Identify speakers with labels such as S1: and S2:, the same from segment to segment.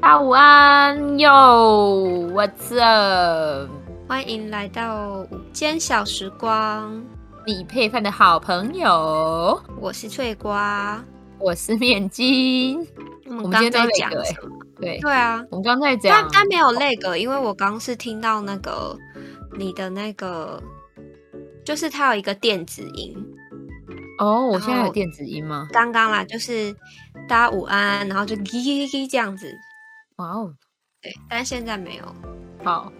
S1: 大午安哟，What's up？
S2: 欢迎来到午间小时光，
S1: 你配饭的好朋友，
S2: 我是翠瓜。
S1: 我是面筋。
S2: 我
S1: 我们
S2: 刚
S1: 今天
S2: 刚
S1: 都
S2: 在
S1: 累
S2: 讲
S1: 了欸
S2: 什么？
S1: 对，
S2: 对啊，
S1: 我们刚才
S2: 但
S1: 讲，
S2: 但没有那个，因为我刚是听到那个你的那个，就是它有一个电子音，
S1: 哦，我
S2: 然
S1: 现在有
S2: 后
S1: 电子音吗？
S2: 刚刚啦，就是大家午安，然后就叽叽叽叽这样子。
S1: 哇哦，
S2: 对，但现在没有。
S1: 好，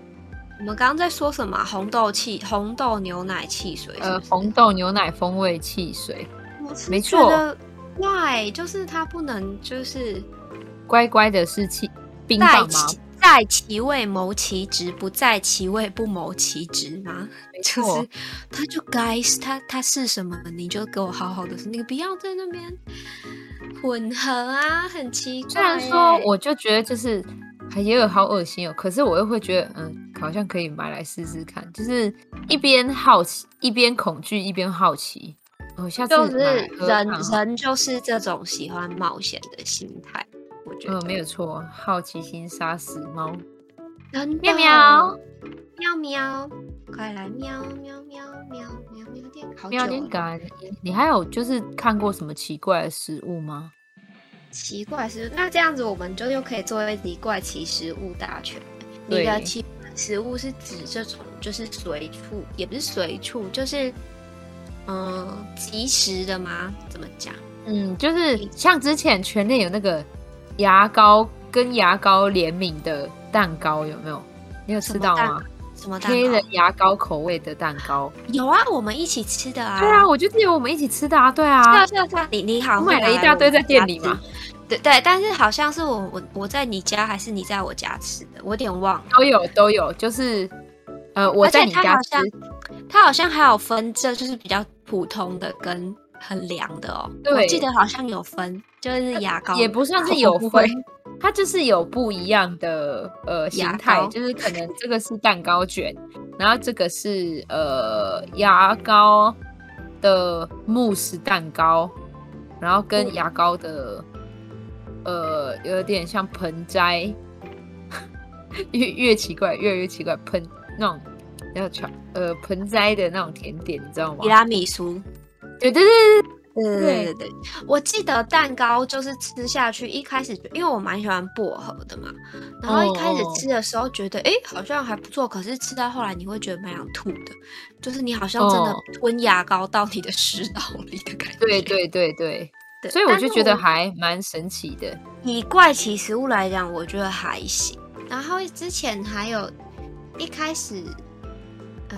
S2: 我们刚刚在说什么啊、红豆汽、红豆牛奶汽水是
S1: 呃，
S2: 不是
S1: 红豆牛奶风味汽水，
S2: 我是
S1: 呃没
S2: 觉
S1: 错
S2: 得，why 就是它不能就是
S1: 乖乖的是汽冰
S2: 在
S1: 棒吗？
S2: 其在其位谋其职，不在其位不谋其职吗？
S1: 没
S2: 就
S1: 错
S2: 是它就该是它它是什么，你就给我好好的，你不要在那边混合啊，很奇怪欸。
S1: 虽然说我就觉得就是哎也有好恶心哦，可是我又会觉得嗯，好像可以买来试试看，就是一边好奇一边恐惧一边好奇。哦，下次
S2: 就是
S1: 买来喝
S2: 人
S1: 看哦好了
S2: 人就是这种喜欢冒险的心态，我觉得
S1: 嗯，没有错，好奇心杀死猫。
S2: 真的
S1: 喵喵
S2: 喵喵，快来喵喵喵喵喵喵点，好久
S1: 喵点
S2: 了
S1: 感，你还有就是看过什么奇怪的食物吗？
S2: 奇怪食物，那这样子我们就又可以做一集怪奇食物大全。你的
S1: 对
S2: 奇怪食物是指这种，就是随处，也不是随处，就是嗯及时的吗？怎么讲？
S1: 嗯，就是像之前全店有那个牙膏跟牙膏联名的蛋糕，有没有？你有
S2: 什
S1: 吃
S2: 么
S1: 到
S2: 蛋
S1: 吗？
S2: 什么蛋
S1: 黑
S2: 糕
S1: 的？牙膏口味的蛋糕。
S2: 有啊，我们一起吃的啊。
S1: 对啊，我就记得我们一起吃的啊。对
S2: 是
S1: 啊
S2: 啊，，是啊，是啊，你你好
S1: 我
S2: 像
S1: 买了一
S2: 拿来
S1: 大堆
S2: 我
S1: 在店
S2: 家
S1: 里
S2: 吃
S1: 嘛。
S2: 对对，但是好像是我我我在你家还是你在我家吃的，我有点忘了。
S1: 都有都有，就是呃，我
S2: 而且
S1: 在你
S2: 它
S1: 家
S2: 好
S1: 吃
S2: 像，它好像还有分这就是比较普通的跟很凉的哦。我
S1: 对
S2: 记得好像有分，就是牙膏
S1: 也不算是
S2: 口
S1: 有
S2: 味
S1: 分，它就是有不一样的呃形
S2: 牙
S1: 态，
S2: 膏
S1: 就是可能这个是蛋糕卷，然后这个是呃牙膏的慕斯蛋糕，然后跟
S2: 嗯
S1: 牙膏的、呃有点像盆栽，越越奇怪越来越奇怪盆那种。要巧呃盆栽的那种甜点，你知道吗
S2: 提？拉米苏。
S1: 对对对对
S2: 对
S1: 对
S2: 对对对，我记得蛋糕就是吃下去，一开始就因为我蛮喜欢薄荷的嘛，然后一开始
S1: 哦哦
S2: 吃的时候觉得哎、诶好像还不错，可是吃到后来你会觉得蛮想吐的，就是你好像真的
S1: 哦
S2: 吞牙膏到你的食道里的感觉。
S1: 对对对对，
S2: 对
S1: 所以我
S2: 但
S1: 就是觉得还蛮神奇的。
S2: 以怪奇食物来讲，我觉得还行。然后之前还有一开始，呃，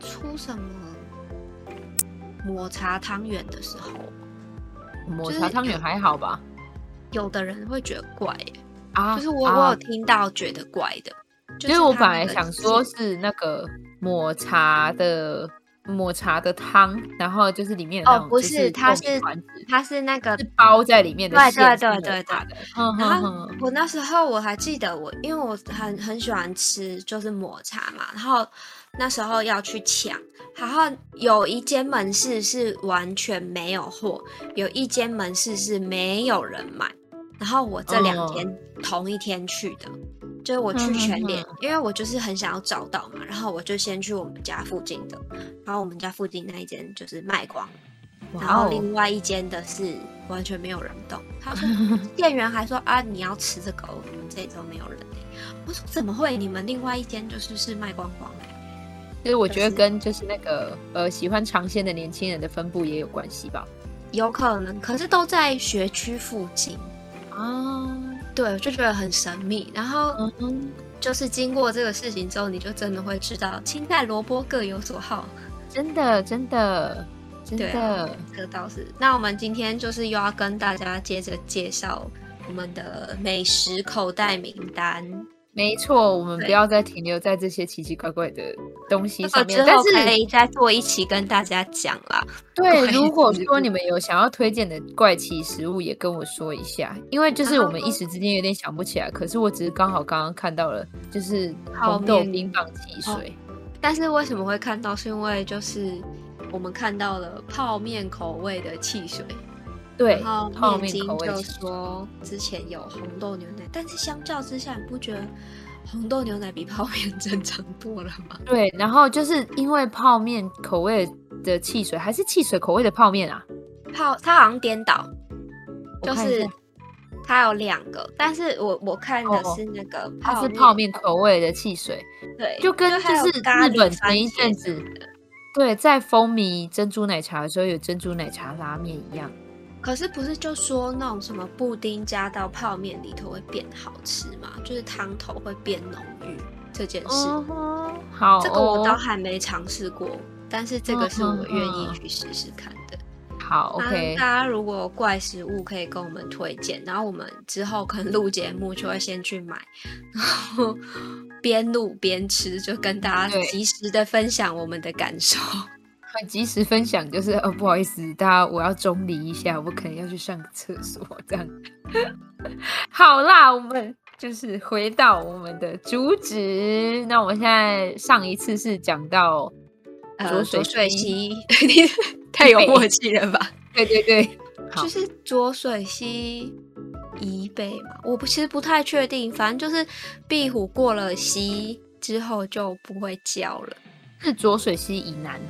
S2: 出什么抹茶汤圆的时候，
S1: 抹
S2: 就是
S1: 茶汤圆
S2: 有
S1: 还好吧？
S2: 有的人会觉得怪耶、
S1: 啊，
S2: 就是我、我
S1: 啊
S2: 有听到觉得怪的，就
S1: 因为
S2: 是
S1: 我
S2: 他
S1: 本
S2: 们
S1: 来
S2: 的
S1: 想
S2: 鸡
S1: 说是那个抹茶的抹茶的汤，然后就是里面有那
S2: 哦
S1: 种
S2: 不
S1: 就是
S2: 它
S1: 糯米
S2: 是
S1: 团子
S2: 它是那个
S1: 是包在里面的
S2: 对
S1: 馅
S2: 对
S1: 是
S2: 对
S1: 抹
S2: 对
S1: 茶
S2: 对
S1: 的，哼
S2: 然
S1: 哼
S2: 后
S1: 哼，
S2: 我那时候我还记得我，因为我很很喜欢吃就是抹茶嘛，然后那时候要去抢，然后有一间门市是完全没有货，有一间门市是没有人买，然后我这两
S1: 哦
S2: 天同一天去的。就是我去
S1: 嗯
S2: 全
S1: 嗯
S2: 联，
S1: 嗯
S2: 因为我就是很想要找到嘛，然后我就先去我们家附近的，然后我们家附近那一间就是卖光，然
S1: 哇
S2: 后
S1: 哦，
S2: 另外一间的是完全没有人动，他说店员还说啊你要吃这个哦，我们这里都没有人欸、我说怎么会？你们另外一间就是是卖光光的欸、
S1: 就是我觉得
S2: 是
S1: 跟就是那个呃喜欢尝鲜的年轻人的分布也有关系吧？
S2: 有可能，可是都在学区附近，
S1: 啊，
S2: 对，我就觉得很神秘。然后
S1: 嗯哼，
S2: 就是经过这个事情之后，你就真的会知道青菜萝卜各有所好，
S1: 真的真的真
S2: 对
S1: 的
S2: 啊，这倒是。那我们今天就是又要跟大家接着介绍我们的美食口袋名单。
S1: 没错，我们不
S2: 对
S1: 要再停留在这些奇奇怪怪的东西
S2: 这
S1: 上
S2: 个
S1: 面
S2: 呃之。
S1: 但
S2: 后可
S1: 是，
S2: 以再做一期跟大家讲啦。
S1: 对，
S2: 怪
S1: 如果
S2: 食
S1: 说
S2: 物
S1: 你们有想要推荐的怪奇食物，也跟我说一下，因为就是我们一
S2: 哦
S1: 时之间有点想不起来。可是我只是刚好刚刚看到了，就是
S2: 泡
S1: 红豆
S2: 面哦
S1: 冰棒汽水。
S2: 但是为什么会看到？是因为就是我们看到了泡面口味的汽水，
S1: 对，
S2: 然后
S1: 泡
S2: 面
S1: 面
S2: 筋
S1: 口味
S2: 就
S1: 起司
S2: 说之前有红豆牛奶，但是相较之下，你不觉得红豆牛奶比泡面 正常多了吗？
S1: 对，然后就是因为泡面口味的汽水，还是汽水口味的泡面啊？
S2: 泡它好像颠倒，
S1: 我
S2: 就
S1: 看一
S2: 是
S1: 下
S2: 它有两个，但是我我看的
S1: 哦
S2: 是那个
S1: 它
S2: 泡
S1: 是
S2: 面，
S1: 泡面口味的汽水，
S2: 对，
S1: 就跟就
S2: 还有
S1: 是
S2: 咖
S1: 日
S2: 喱
S1: 本
S2: 番
S1: 前一
S2: 茄
S1: 阵
S2: 什么
S1: 子
S2: 的，
S1: 对在风靡珍珠奶茶的时候有珍珠奶茶拉面一样。
S2: 可是不是就说那种什么布丁加到泡面里头会变好吃吗？就是汤头会变浓郁这件事，
S1: 哦，好哦，
S2: 这个我倒还没尝试过，但是这个是
S1: 嗯
S2: 我愿意
S1: 嗯
S2: 去试试看的。
S1: 好
S2: 那
S1: ，OK，
S2: 大家如果有怪食物可以跟我们推荐，然后我们之后可能录节目就会先去买，然后边录边吃，就跟大家
S1: 对
S2: 及时的分享我们的感受。
S1: 很及时分享，就是呃，不好意思，大家我要中离一下，我可能要去上个厕所，这样。 好啦，我们就是回到我们的主旨。那我们现在上一次是讲到，
S2: 呃，
S1: 浊水
S2: 浊水
S1: 溪
S2: 溪， 你太有
S1: 北
S2: 默契了吧？
S1: 对对对，好
S2: 就是浊水溪以北嘛，我不其实不太确定，反正就是壁虎过了溪之后就不会叫了，
S1: 是浊水溪以南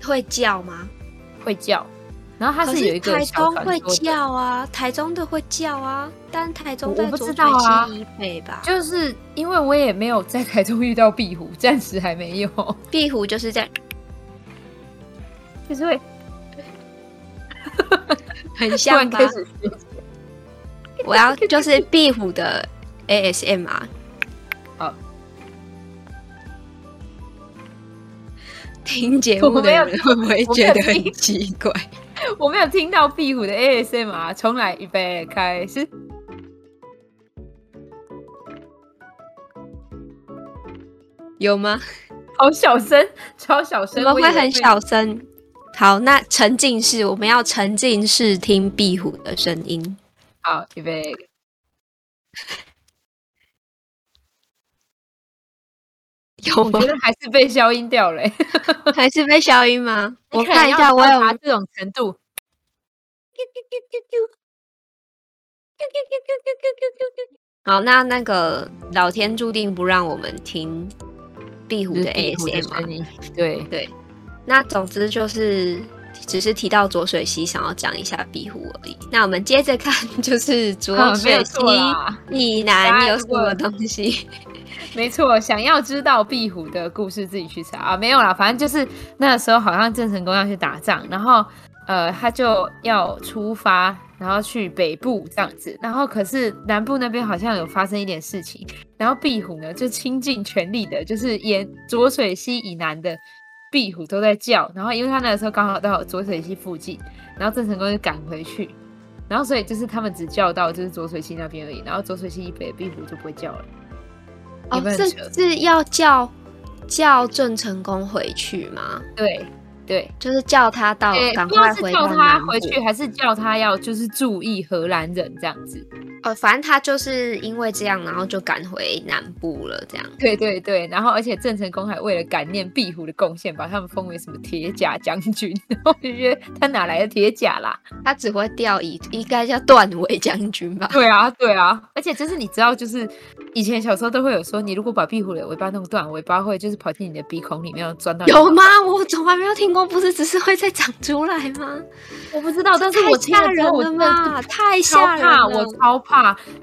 S2: 会叫吗？
S1: 会叫，然后它
S2: 可
S1: 有一个
S2: 台
S1: 小
S2: 中
S1: 传
S2: 会
S1: 说的，
S2: 叫啊，台中的会叫啊，但台中
S1: 我
S2: 在
S1: 我不
S2: 浊
S1: 知
S2: 水
S1: 道啊
S2: 溪以北吧，
S1: 就是因为我也没有在台中遇到壁虎，暂时还没有，
S2: 壁虎就是 在
S1: 就是会
S2: 很
S1: 突然
S2: 像吧
S1: 开？始学
S2: 我 要就是壁虎的 ASM r
S1: 好，
S2: 听节目
S1: 我
S2: 的
S1: 没有
S2: 人会不会
S1: 我没
S2: 觉
S1: 有
S2: 得很
S1: 听
S2: 奇怪？
S1: 我没有听到壁虎的 ASMR，重来，预备，开始。
S2: 有吗？
S1: 好小声，超小
S2: 我
S1: 声，
S2: 们
S1: 我以
S2: 会
S1: 为
S2: 很小声。好，那沉浸式，我们要沉浸式听壁虎的声音。
S1: 好，预备。
S2: 有
S1: 我
S2: 吗
S1: 觉？得还是被消音掉了、欸。
S2: 还是被消音吗？ 我
S1: 你可能
S2: 看一
S1: 要
S2: 下，我
S1: 到
S2: 有
S1: 达这种程度。
S2: 好，那那个老天注定不让我们听壁虎
S1: 就是
S2: 的
S1: 壁虎的
S2: ASM
S1: 声
S2: 嘛。
S1: 音，对，
S2: 那总之就是，只是提到浊水溪，想要讲一下壁虎而已。那我们接着看，就是浊
S1: 啊没有
S2: 水溪
S1: 错啦
S2: 以
S1: 大
S2: 南
S1: 家
S2: 有
S1: 如
S2: 什
S1: 果
S2: 么东西？
S1: 没错。想要知道壁虎的故事，自己去查啊。没有啦，反正就是那时候好像郑成功要去打仗，然后呃他就要出发，然后去北部这样子。然后可是南部那边好像有发生一点事情，然后壁虎呢就倾尽全力的，就是沿浊水溪以南的壁虎都在叫，然后因为他那个时候刚好到浊水溪附近，然后郑成功就赶回去，然后所以就是他们只叫到就是浊水溪那边而已，然后浊水溪以北的壁虎就不会叫了。
S2: 哦
S1: 有没，有
S2: 这
S1: 很扯
S2: 是要叫叫郑成功回去吗？
S1: 对对，
S2: 就是叫他到
S1: 对，
S2: 赶
S1: 不知道
S2: 快
S1: 是
S2: 回
S1: 叫
S2: 到
S1: 他
S2: 南
S1: 回
S2: 部
S1: 去，还是叫他要就是注意荷兰人这样子。
S2: 呃，反正他就是因为这样，然后就赶回南部了，这样。
S1: 对对对，然后而且郑成功还为了感念壁虎的贡献，把他们封为什么铁甲将军， 然后我就觉得他哪来的铁甲啦？
S2: 他只会吊椅，应该叫段尾将军 吧？
S1: 对啊对啊，而且就是你知道，就是以前小时候都会有说，你如果把壁虎的尾巴弄断，尾巴会就是跑进你的鼻孔里面钻到你的
S2: 有吗？我从来没有听过，不是只是会再长出来吗？
S1: 我不知道，但是
S2: 太
S1: 我听
S2: 吓
S1: 了之
S2: 人
S1: 后，我
S2: 了
S1: 真的是
S2: 嘛！太
S1: 超
S2: 吓人
S1: 怕，
S2: 了！
S1: 我超怕。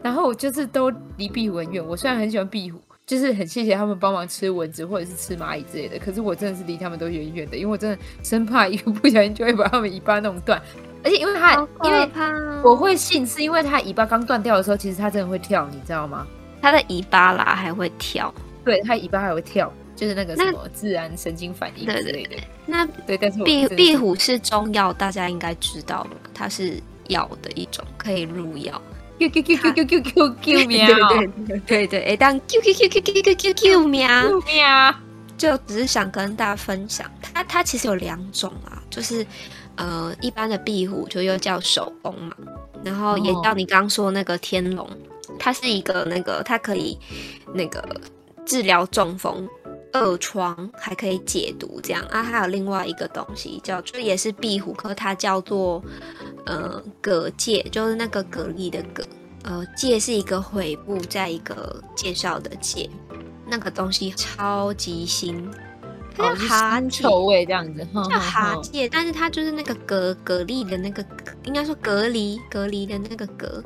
S1: 然后我就是都离壁虎很远。我虽然很喜欢壁虎，就是很谢谢他们帮忙吃蚊子或者是吃蚂蚁之类的，可是我真的是离他们都远远的，因为我真的生怕一个不小心就会把他们尾巴弄断。而且因为它，
S2: 好可
S1: 因为
S2: 怕哦！
S1: 我会信，是因为它尾巴刚断掉的时候，其实它真的会跳，你知道吗？
S2: 他的尾巴啦还会跳，
S1: 对，它尾巴还会跳，就是那个
S2: 那
S1: 什么自然神经反应
S2: 对
S1: 之类的。
S2: 那
S1: 对，但是我
S2: 壁
S1: 真的
S2: 壁
S1: 是
S2: 虎是中药，大家应该知道吧？它是药的一种，可以入药。
S1: 啾啾啾啾啾啾啾啾喵
S2: 对对对对，哎，当 Q Q Q Q Q Q Q Q 喵，
S1: 啾喵。
S2: 就只是想跟大家分享，它它其实有两种啊，就是呃一般的壁虎就又叫手工嘛，然后也
S1: 哦
S2: 叫你刚说那个天龙，它是一个那个它可以那个治疗中风。恶疮还可以解毒这样啊。还有另外一个东西叫，就也是壁虎科，它叫做呃蛤介，就是那个蛤蜊的蛤，呃介是一个回部，在一个介绍的介，那个东西超级腥，它叫
S1: 哦，是哦
S2: 蛤
S1: 腥
S2: 蜊
S1: 臭味这样子，哼
S2: 叫
S1: 哼
S2: 蛤
S1: 哼
S2: 蚧，但是它就是那个蛤蛤蜊的那个蛤，应该说隔离隔离的那个蛤，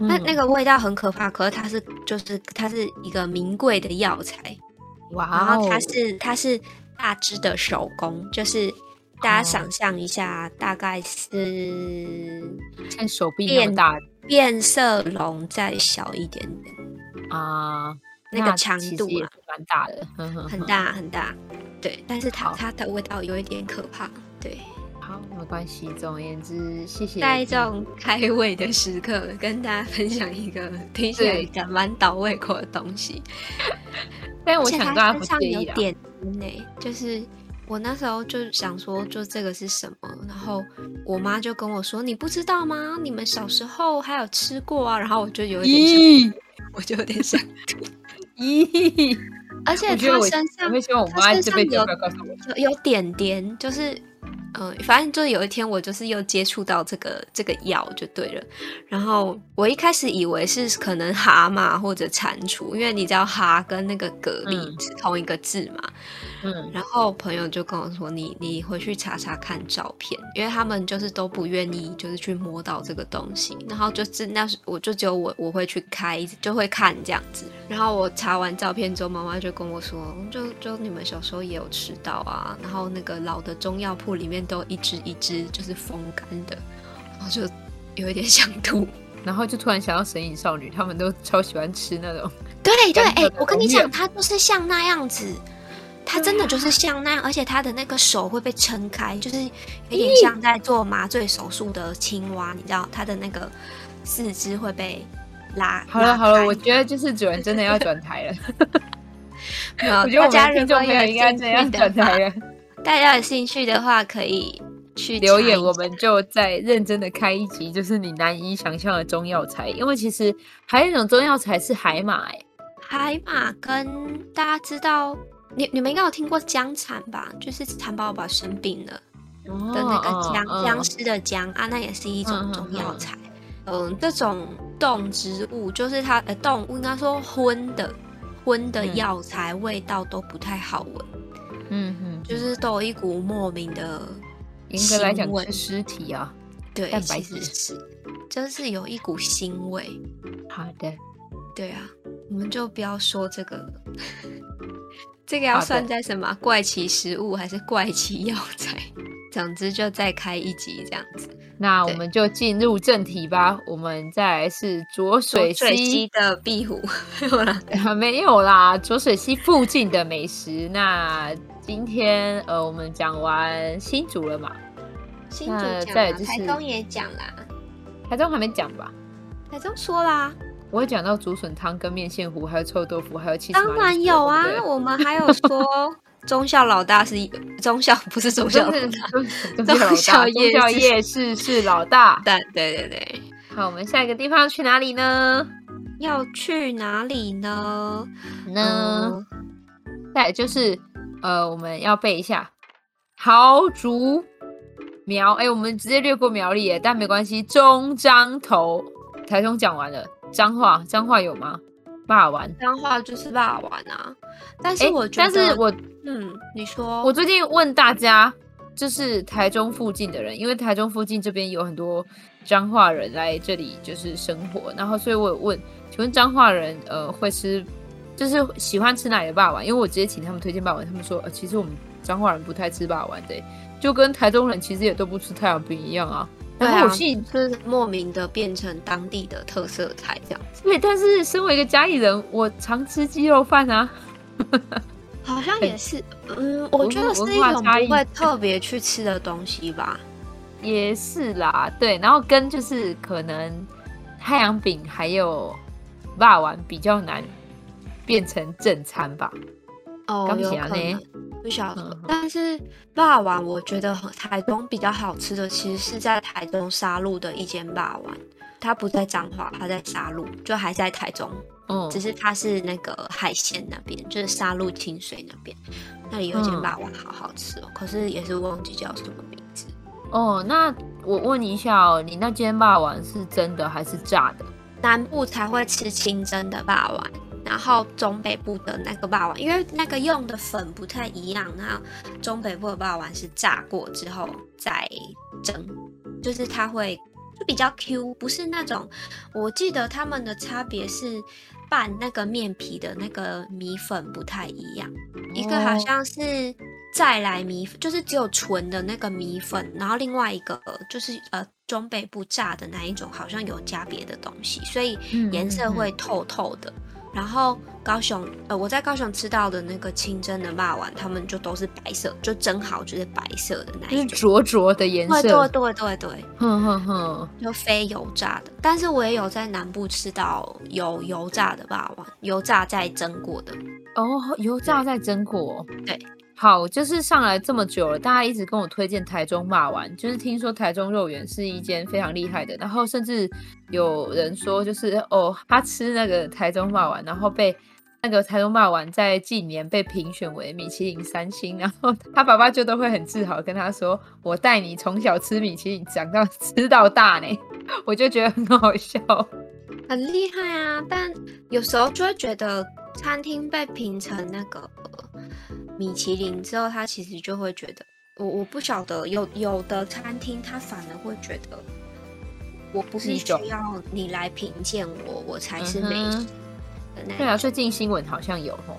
S2: 那
S1: 嗯
S2: 那个味道很可怕。可是它是就是它是一个名贵的药材，然
S1: 哇
S2: 后
S1: 哦，
S2: 它是它是大只的手工，就是大家
S1: 哦
S2: 想象一下，大概是
S1: 像手臂那么
S2: 变
S1: 大
S2: 变色龙再小一点点，
S1: 啊，
S2: 那个强
S1: 其实
S2: 度
S1: 也
S2: 啊
S1: 是蛮大的，哼嗯哼
S2: 很
S1: 哼
S2: 大很大。对，但是它
S1: 好
S2: 它的味道有一点可怕。对，
S1: 好，没关系。总而言之，谢谢
S2: 在
S1: 你
S2: 这种开胃的时刻，跟大家分享一个听起来
S1: 对
S2: 感蛮倒胃口的东西，
S1: 但
S2: 而
S1: 我
S2: 且
S1: 想
S2: 它
S1: 大家不
S2: 身上
S1: 介
S2: 有
S1: 意啦。啊
S2: 点呢、就是。我那时候就想说，就这个是什么？然后我妈就跟我说：“你不知道吗？你们小时候还有吃过啊。”然后我就有点想，
S1: 咦
S2: 我就有点想，
S1: 咦，
S2: 而且
S1: 我觉得
S2: 它
S1: 我
S2: 身
S1: 我
S2: 上
S1: 会希望我
S2: 它
S1: 妈
S2: 身
S1: 这
S2: 上
S1: 辈子
S2: 有
S1: 不要告诉我。
S2: 有有点点，就是，呃，反正就有一天我就是又接触到这个这个药就对了。然后我一开始以为是可能蛤蟆或者蟾蜍，因为你知道蛤跟那个蛤
S1: 嗯
S2: 蜊是同一个字嘛。
S1: 嗯，
S2: 然后朋友就跟我说，你你回去查查看照片，因为他们就是都不愿意就是去摸到这个东西，然后就是那时我就只有我我会去开，就会看这样子。然后我查完照片之后，妈妈就跟我说，就就你们小时候也有吃到啊，然后那个老的中药铺里面都有一只一只就是风干的，然后就有一点 想吐。
S1: 然后就突然想到《神隐少女》，他们都超喜欢吃那种。
S2: 对对，
S1: 干
S2: 哎、
S1: 掉的
S2: 我跟你
S1: 东西
S2: 讲，它就是像那样子，它真的
S1: 啊
S2: 就是像那样，而且它的那个手会被撑开，就是有点像在做麻醉手术的青蛙，你知道它的那个四肢会被拉。
S1: 好
S2: 拉
S1: 了好了，
S2: 开
S1: 我觉得就是主人真的要转台了。
S2: 没有
S1: 我觉得
S2: 大
S1: 我
S2: 家
S1: 们的
S2: 如
S1: 听众
S2: 果
S1: 朋友
S2: 有
S1: 应该
S2: 兴
S1: 真的要
S2: 趣
S1: 转
S2: 的话
S1: 台，了。
S2: 大家有兴趣的话可以去
S1: 留
S2: 查
S1: 言，
S2: 一
S1: 我
S2: 下
S1: 们就再认真的开一集，就是你难以想象的中药材。因为其实还有一种中药材是海马、欸，
S2: 海马跟大家知道，你你们应该有听过僵蚕吧？就是蚕宝宝生病了。
S1: 的
S2: 哦的那个姜，姜
S1: 嗯
S2: 丝的姜啊，那也是一
S1: 嗯
S2: 种
S1: 嗯
S2: 中药
S1: 嗯
S2: 材。嗯，这种动植物就是它呃动物应该说荤的荤的
S1: 嗯
S2: 药材味道都不太好闻，
S1: 嗯嗯，
S2: 就是都有一股莫名的
S1: 严格来讲
S2: 腥味
S1: 是尸体啊。
S2: 对，
S1: 蛋白
S2: 其实
S1: 质
S2: 是就是有一股腥味。
S1: 好的，
S2: 对啊，我们就不要说这个了。 这个要
S1: 好的
S2: 算在什么啊怪奇食物还是怪奇药材？ 总之就再开一集这样子。
S1: 那我
S2: 对
S1: 们就进入正题吧。我们再来是浊水
S2: 水
S1: 溪，
S2: 的壁虎，没有啦
S1: 没有啦，浊水溪附近的美食。那今天呃，我们讲完新竹了嘛，
S2: 新竹
S1: 那
S2: 讲啦，
S1: 再来就是
S2: 台东也讲啦，
S1: 台中还没讲吧？
S2: 台中说啦，
S1: 我有讲到竹笋汤、跟面线糊，还有臭豆腐，还有气
S2: 当然有啊，我们还有 说中校老大是中校，不是 中校老
S1: 中是
S2: 大，
S1: 中校老大，
S2: 中校
S1: 中校
S2: 夜市
S1: 夜市是老大。
S2: 但对对对，
S1: 好，我们下一个地方要去哪里呢？
S2: 要去哪里呢？嗯
S1: 呢，嗯再来就是呃，我们要背一下桃竹苗，哎、我们直接略过苗栗耶，但没关系。中彰头，台中讲完了，彰化彰化有吗？霸王，
S2: 脏话就是霸王啊，但
S1: 哎、
S2: 是我觉
S1: 但
S2: 得，
S1: 是我
S2: 嗯，你说
S1: 我最近问大家，就是台中附近的人，因为台中附近这边有很多彰化人来这里就是生活，然后所以我有问，请问彰化人呃会吃，就是喜欢吃哪里的霸王？因为我直接请他们推荐霸王，他们说呃其实我们彰化人不太吃霸王的、就跟台中人其实也都不吃太阳饼一样啊。
S2: 对
S1: 然
S2: 啊
S1: 后我信、
S2: 就是莫名的变成当地的特色菜这样子，
S1: 对，但是身为一个嘉义人，我常吃鸡肉饭啊。
S2: 好像也是，嗯，我觉得
S1: 文
S2: 是一
S1: 文化
S2: 种
S1: 差异
S2: 不会特别去吃的东西吧。
S1: 也是啦，对，然后跟就是可能太阳饼还有霸丸比较难变成正餐吧。
S2: 哦
S1: 刚，
S2: 有
S1: 起来
S2: 可
S1: 呢
S2: 能不晓得
S1: 啊嗯哼，
S2: 但是霸王我觉得很台中比较好吃的，其实是在台中沙鹿的一间霸王，他不在彰化，他在沙鹿，就还在台中，
S1: 哦，
S2: 只是他是那个海鲜那边，就是沙鹿清水那边，那里有一间
S1: 嗯
S2: 霸王好好吃哦，可是也是忘记叫什么名字。
S1: 哦，那我问一下哦，你那间霸王是真的还是炸的？
S2: 南部才会吃清蒸的霸王，然后中北部的那个霸王，因为那个用的粉不太一样，那中北部的霸王是炸过之后再蒸，就是它会就比较 Q，不是那种。我记得他们的差别是拌那个面皮的那个米粉不太一样，一个好
S1: 哦
S2: 像是。再来米粉，就是只有纯的那个米粉，然后另外一个就是呃中北部炸的那一种，好像有加别的东西，所以
S1: 嗯
S2: 颜色会透透的。然后高雄，呃，我在高雄吃到的那个清蒸的霸王，他们就都是白色，就蒸好就是白色的那
S1: 就
S2: 一
S1: 是
S2: 种。
S1: 灼灼的颜
S2: 对对
S1: 色，
S2: 对对对，
S1: 哼哼哼，
S2: 就非油炸的。但是我也有在南部吃到有油炸的霸王，油炸再蒸过的。
S1: 哦，油炸在榛果，
S2: 对。
S1: 好，就是上来这么久了，大家一直跟我推荐台中骂丸，就是听说台中肉圆是一间非常厉害的，然后甚至有人说，就是哦，他吃那个台中骂丸，然后被那个台中骂丸在近年被评选为米其林三星，然后他爸爸就都会很自豪地跟他说：“我带你从小吃米其林，长到吃到大呢。” 我就觉得很好笑。
S2: 很厉害啊，但有时候就会觉得餐厅被评成那个米其林之后，他其实就会觉得，我我不晓得有有的餐厅他反而会觉得，我不
S1: 是
S2: 是
S1: 一
S2: 需
S1: 种
S2: 要你来评鉴我，我才是美食
S1: 嗯哼
S2: 的那
S1: 对啊，最近新闻好像有哦，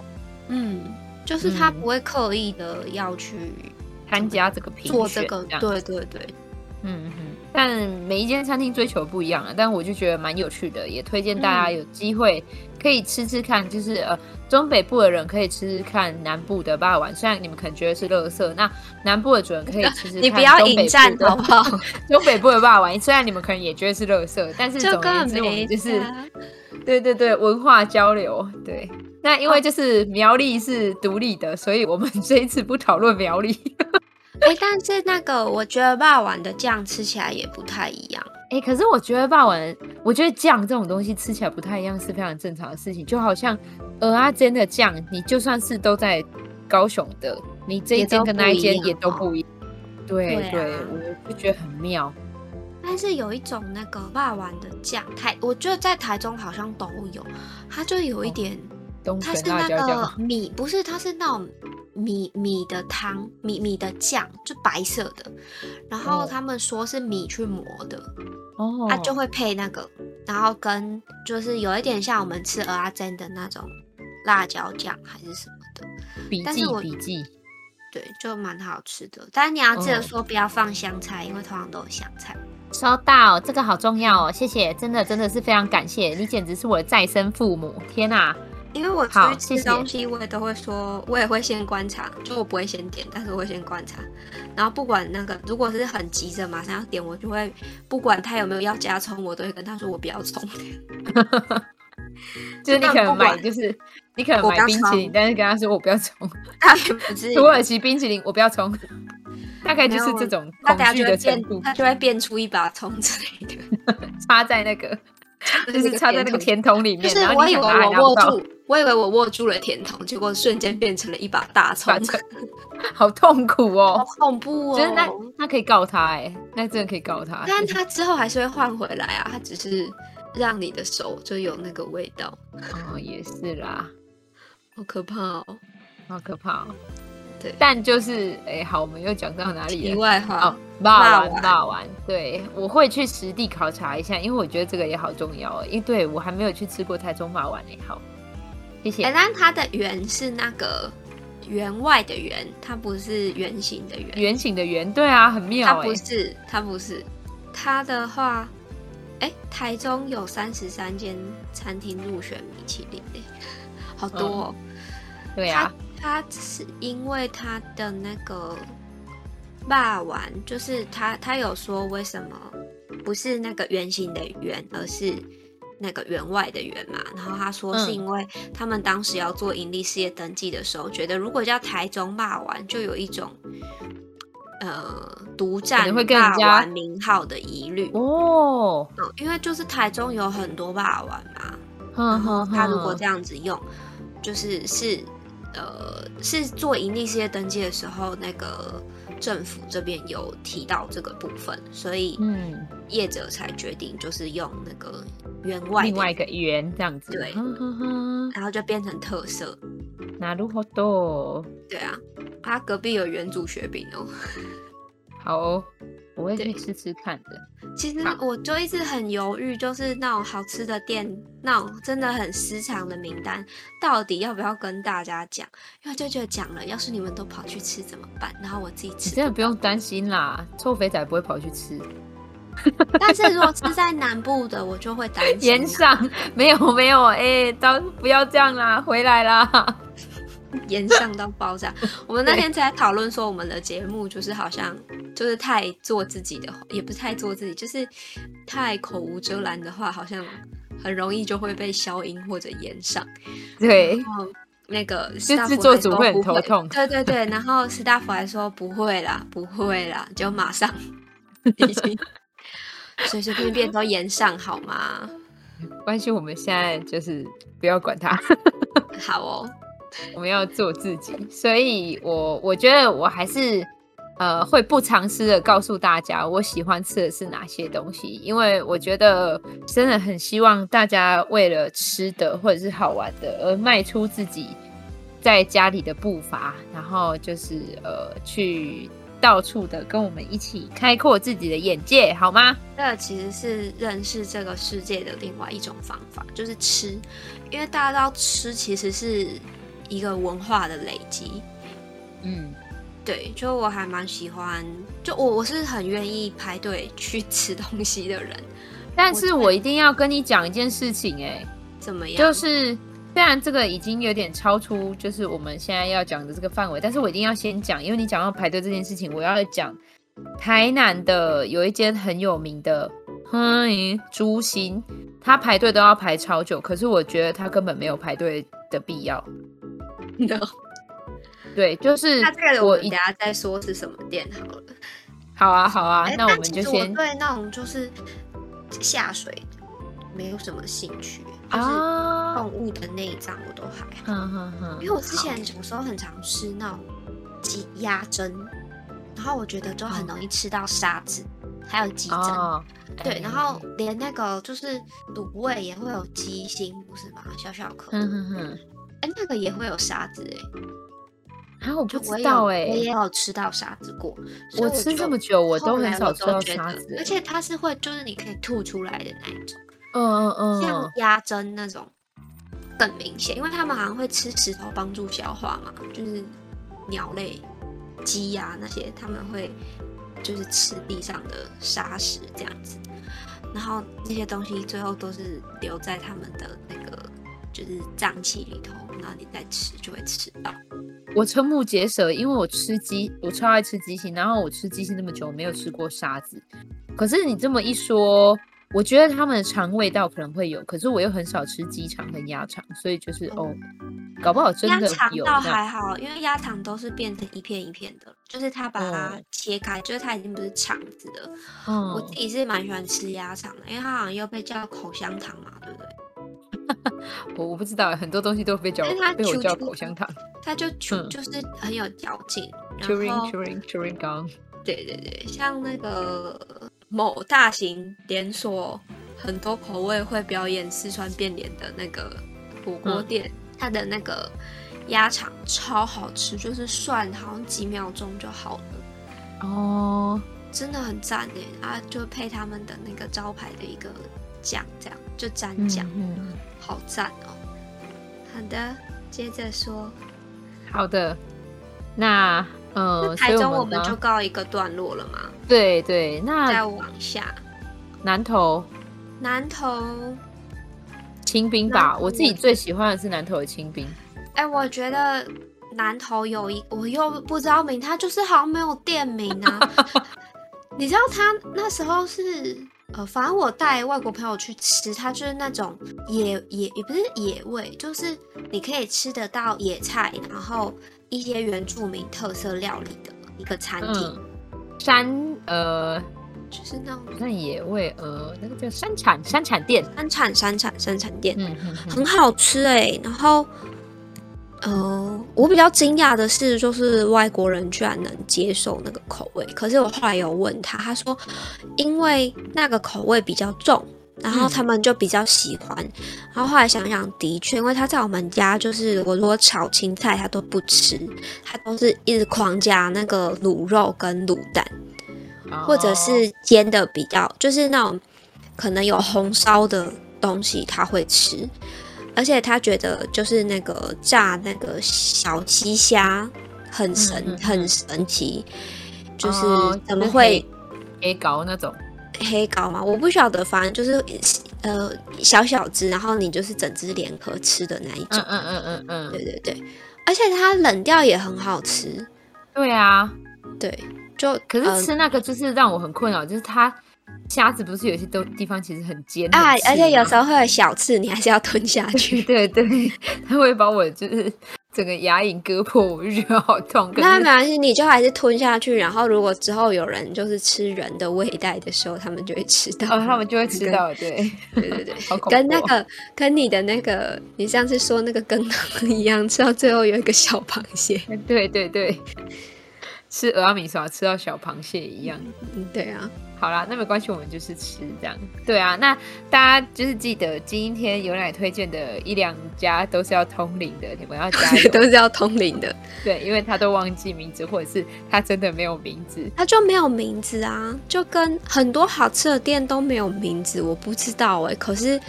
S2: 嗯，就是他
S1: 嗯
S2: 不会刻意的要去
S1: 参加这个评选，
S2: 做这个，
S1: 样
S2: 对对对，
S1: 嗯嗯，但每一间餐厅追求不一样啊，但我就觉得蛮有趣的，也推荐大家
S2: 嗯
S1: 有机会可以吃吃看，就是呃中北部的人可以吃吃看南部的霸王，虽然你们可能觉得是垃圾，那南部的主人可以吃吃看
S2: 你不要
S1: 东北
S2: 引
S1: 部
S2: 战
S1: 的
S2: 好不好？
S1: 东北部的霸王，虽然你们可能也觉得是垃圾， 但是
S2: 就
S1: 总而言
S2: 根
S1: 之
S2: 本
S1: 我们
S2: 没
S1: 就是
S2: 差
S1: 对对对文化交流，对。那因为就是苗栗是独立的，所以我们这一次不讨论苗栗。
S2: 哎、但是那个我觉得霸王的酱吃起来也不太一样。
S1: 哎、可是我觉得霸王，我觉得酱这种东西吃起来不太一样是非常正常的事情，就好像鹅阿煎的酱，你就算是都在高雄的，你这一
S2: 也都
S1: 间跟那
S2: 不
S1: 一
S2: 一
S1: 间
S2: 样
S1: 也都
S2: 哦
S1: 不一样。对
S2: 对啊
S1: 我就觉得很妙。
S2: 但是有一种那个霸王的酱，台我觉得在台中好像都有，它就有一点，
S1: 东
S2: 它
S1: 泉
S2: 是
S1: 哦辣
S2: 那
S1: 椒酱吗
S2: 个米，不是，它是那种米米的汤，米米的酱，就白色的，然后
S1: 哦
S2: 他们说是米去磨的，
S1: 哦，
S2: 它啊就会配那个，然后跟就是有一点像我们吃蚵仔煎的那种辣椒酱还是什么的，
S1: 笔
S2: 但
S1: 记
S2: 是我
S1: 笔记
S2: 对，就蛮好吃的。但你要记得
S1: 嗯
S2: 说不要放香菜，因为通常都有香菜。
S1: 收到，这个好重要哦，谢谢，真的真的是非常感谢你，简直是我的再生父母，天啊哪、
S2: 因为我出
S1: 好谢
S2: 去
S1: 谢
S2: 吃东西，我也都会说，我也会先观察，就我不会先点，但是我会先观察。然后不管那个，如果是很急着马上要点，我就会不管他有没有要加葱，我都会跟他说我不要葱。
S1: 就是你
S2: 就
S1: 可
S2: 算
S1: 能
S2: 不
S1: 买
S2: 管
S1: 就是你可能
S2: 我
S1: 买
S2: 不要
S1: 冰淇淋
S2: 冲，
S1: 但是跟他说我不要 冲。
S2: 他也不至于
S1: 土，耳其冰淇淋我不要冲， 大概就是
S2: 没有
S1: 这种
S2: 他
S1: 恐
S2: 等下
S1: 惧
S2: 就
S1: 的
S2: 会
S1: 程
S2: 变
S1: 度，，
S2: 他就会变出一把葱之类的，
S1: 插在那个就
S2: 那
S1: 是插在那个
S2: 甜筒。
S1: 甜筒里
S2: 就
S1: 面，
S2: 是
S1: 然后
S2: 我
S1: 你
S2: 以为
S1: 想拿也拿
S2: 我
S1: 不
S2: 握
S1: 到，
S2: 住，我以为我握住了甜筒，结果瞬间变成了一把大葱
S1: 把，这 好痛 苦
S2: 好
S1: 哦。
S2: 恐怖
S1: 我
S2: 哦！
S1: 觉得那那可以告他哎，那真的可以告他。
S2: 但它之后还是会换回来啊，它只是让你的手就有那个味道，
S1: 哦，也是啦，
S2: 好可怕哦。
S1: 好可怕哦。
S2: 对
S1: 但就是哎，好，我们又讲到哪里
S2: 题
S1: 了？
S2: 外话，
S1: 哦，骂
S2: 骂
S1: 完骂完，对我会去实地考察一下，因为我觉得这个也好重要哦。因为对我还没有去吃过台中骂完哎，好，谢谢
S2: 哎、。但它的圆是那个员外的圆，它不是圆形的圆，
S1: 圆形的圆，对啊，很
S2: 它
S1: 妙哎、
S2: 不是，它不是，它的话。哎，台中有三十三间餐厅入选米其林，哎好多、
S1: 嗯
S2: 哦。
S1: 对啊，
S2: 它是因为它的那个霸王，就是他他有说为什么不是那个圆形的圆，而是那个员外的员嘛。然后他说是
S1: 嗯
S2: 因为他们当时要做盈利事业登记的时候，觉得如果叫台中霸王，就有一种。呃独
S1: 可
S2: 占
S1: 能会跟人
S2: 霸
S1: 家
S2: 王名号的疑虑。
S1: 哦，
S2: 嗯，因为就是台中有很多霸王嘛，然
S1: 哼
S2: 后
S1: 嗯
S2: 嗯
S1: 哼
S2: 他如果
S1: 哼
S2: 这样子用，就是是呃是做盈利事业登记的时候，那个政府这边有提到这个部分，所以
S1: 嗯，
S2: 业者才决定就是用那个员外
S1: 另
S2: 的，
S1: 外一个圆这样子，
S2: 对
S1: 哼哼哼，
S2: 然后就变成特色。
S1: なるほど，
S2: 对啊，他隔壁有原主雪饼哦。
S1: 好哦，我会去
S2: 对
S1: 吃吃看的。
S2: 其实
S1: 好
S2: 我就一直很犹豫，就是那种好吃的店，那种真的很私藏的名单，到底要不要跟大家讲？因为就觉得讲了，要是你们都跑去吃怎么办？然后我自己
S1: 你
S2: 吃
S1: 真的不
S2: 到
S1: 用担心啦，臭肥仔不会跑去吃。
S2: 但是如果是在南部的，我就会担心、啊。
S1: 延上没有没有，哎、当不要这样啦，回来啦。
S2: 延上到爆炸。我们那天才讨论说，我们的节目就是好像就是太做自己的话，也不是太做自己，就是太口无遮拦的话，好像很容易就会被消音或者延上。
S1: 对，
S2: 然后那个
S1: 就
S2: staff
S1: 制作组
S2: 还
S1: 会
S2: 说
S1: 很
S2: 不
S1: 头痛
S2: 对对对，然后 staff 还说不会啦，不会啦，就马上 已经随随便便都延上好吗？
S1: 关系我们现在就是不要管他，
S2: 好哦，
S1: 我们要做自己。所以我我觉得我还是呃会不藏私的告诉大家，我喜欢吃的是哪些东西，因为我觉得真的很希望大家为了吃的或者是好玩的而迈出自己在家里的步伐，然后就是呃去到处的跟我们一起开阔自己的眼界，好吗？
S2: 这其实是认识这个世界的另外一种方法，就是吃，因为大家知道吃其实是一个文化的累积。
S1: 嗯，
S2: 对，就我还蛮喜欢，就我我是很愿意排队去吃东西的人，
S1: 但
S2: 我
S1: 是我一定要跟你讲一件事情、欸，哎。
S2: 怎么样？
S1: 就是虽然这个已经有点超出就是我们现在要讲的这个范围，但是我一定要先讲，因为你讲到排队这件事情，我要讲台南的有一间很有名的哼猪心，它排队都要排超久，可是我觉得它根本没有排队的必要。对，就是
S2: 那这个我
S1: 我
S2: 们
S1: 一
S2: 等下再说是什么店好了。
S1: 好啊好啊，
S2: 哎
S1: 那我
S2: 但
S1: 们
S2: 其
S1: 就
S2: 实
S1: 先
S2: 对那种就是下水没有什么兴趣，就是
S1: 啊，
S2: 动物的内脏我都还好，
S1: 哼哼哼，
S2: 因为我之
S1: 好
S2: 前小时候很常吃那种鸡鸭胗，然后我觉得就很容易吃到沙子，还有鸡胗。
S1: 嗯哦，
S2: 对，
S1: 哎
S2: 然后连那个就是卤味也会有鸡心，不是吗？小小颗的，
S1: 哼嗯哼哼，
S2: 哎、那个也会有沙子哎、
S1: 啊，我
S2: 就
S1: 不
S2: 我
S1: 知
S2: 也
S1: 道
S2: 有
S1: 哎、
S2: 我也有吃到沙子过。所
S1: 我
S2: 以
S1: 吃这
S2: 就
S1: 么久，我都
S2: 后
S1: 很
S2: 来
S1: 少
S2: 我
S1: 吃
S2: 都
S1: 到
S2: 觉
S1: 沙
S2: 得
S1: 子欸，
S2: 而且它是会就是你可以吐出来的那一种，
S1: 嗯嗯
S2: 像
S1: 嗯，
S2: 鸭胗那种更明显，因为他们好像会吃石头帮助消化嘛，就是鸟类、鸡呀、那些，他们会就是吃地上的沙石这样子，然后那些东西最后都是留在他们的那个就是脏器里头，然后你再吃就会吃到。
S1: 我瞠目结舌，因为我吃鸡，我超爱吃鸡心，然后我吃鸡心那么久，我没有吃过沙子。可是你这么一说，我觉得他们的肠胃道可能会有，可是我又很少吃鸡肠跟鸭肠，所以就是哦，搞不好真
S2: 嗯鸭
S1: 的
S2: 肠
S1: 有
S2: 倒
S1: 这样
S2: 还好，因为鸭肠都是变成一片一片的，就是它把它
S1: 嗯
S2: 切开，就是它已经不是肠子了。我
S1: 嗯
S2: 自，己是蛮喜欢吃鸭肠的，因为它好像又被叫口香糖嘛，对不对？
S1: 我我不知道，很多东西都被叫
S2: 但是它
S1: 被我
S2: 啾
S1: 叫
S2: 啾
S1: 口香糖
S2: 它就就
S1: 嗯
S2: 就是很有嚼劲，然
S1: ，chewing
S2: 后
S1: chewing chewing gum。
S2: 对对对，像那个某大型连锁很多口味会表演四川变脸的那个火锅
S1: 嗯
S2: 店，它的那个鸭肠超好吃，就是涮好像几秒钟就好了。嗯
S1: 哦，
S2: 真的很赞哎！啊，就配他们的那个招牌的一个酱，这样就蘸
S1: 嗯
S2: 酱，
S1: 嗯，
S2: 好赞哦。好的，接着说，
S1: 好的，那
S2: 那
S1: 呃，所
S2: 台
S1: 以
S2: 中我
S1: 我们
S2: 们就
S1: 刚
S2: 告一个段落了嘛，
S1: 对对，
S2: 再
S1: 那
S2: 往下，
S1: 南投
S2: 南投，
S1: 清兵
S2: 南
S1: 吧，
S2: 投
S1: 我自己
S2: 我
S1: 最喜欢的是南投的清兵。
S2: 哎，我觉得南投有一，我又不知道名，它就是好像没有店名啊。 你知道他那时候是呃，反正我带外国朋友去吃，它就是那种野野也不是野味，就是你可以吃得到野菜，然后一些原住民特色料理的一个餐厅。
S1: 嗯山呃，
S2: 就是那种
S1: 那野味呃，那个叫山产山产店，
S2: 山产、山产、生产店，
S1: 嗯嗯嗯
S2: 很好吃哎、然后，呃，我比较惊讶的是，就是外国人居然能接受那个口味。可是我后来有问他，他说因为那个口味比较重，然后
S1: 嗯
S2: 他们就比较喜欢。然后后来想想，的确，因为他在我们家就是我如果炒青菜，他都不吃，他都是一直狂加那个卤肉跟卤蛋。或者是
S1: 哦
S2: 煎的比较，就是那种可能有红烧的东西他会吃，而且他觉得就是那个炸那个小鸡虾很神、
S1: 嗯嗯
S2: 很神奇，就是
S1: 哦
S2: 怎么
S1: 就是
S2: 会
S1: 黑搞那种，
S2: 黑膏嘛？我不晓得，反正就是呃小小只，然后你就是整只连壳吃的那一
S1: 嗯
S2: 种，
S1: 嗯嗯嗯嗯，
S2: 对对对，而且它冷掉也很好吃，
S1: 对啊。
S2: 对，就
S1: 可
S2: 呃
S1: 是吃那个就是让我很困扰，就是它虾子不是有些都地方其实很尖
S2: 啊，而且有时
S1: 候
S2: 候会有小刺，你还是要吞下去。
S1: 对对，它会把我就是整个牙龈割破，我就觉得好痛。可
S2: 那没
S1: 是
S2: 关系，你就还是吞下去。然后，如果之后有人就是吃人的胃袋的时候，他们就会吃到。
S1: 哦，他们就会吃到， 对，
S2: 对对对，
S1: 好恐怖哦。
S2: 跟那个跟你的那个你上次说那个羹汤一样，吃到最后有一个小螃蟹。
S1: 对对对，吃俄阿米刷吃到小螃蟹一样。
S2: 嗯，对啊，
S1: 好啦，那没关系，我们就是吃这样。对啊，那大家就是记得今天有奶推荐的一两家都是要通灵的，你们要 加油。
S2: 都是要通灵的。
S1: 对，因为他都忘记名字，或者是他真的没有名字。
S2: 它就没有名字啊，就跟很多好吃的店都没有名字，我不知道哎、可是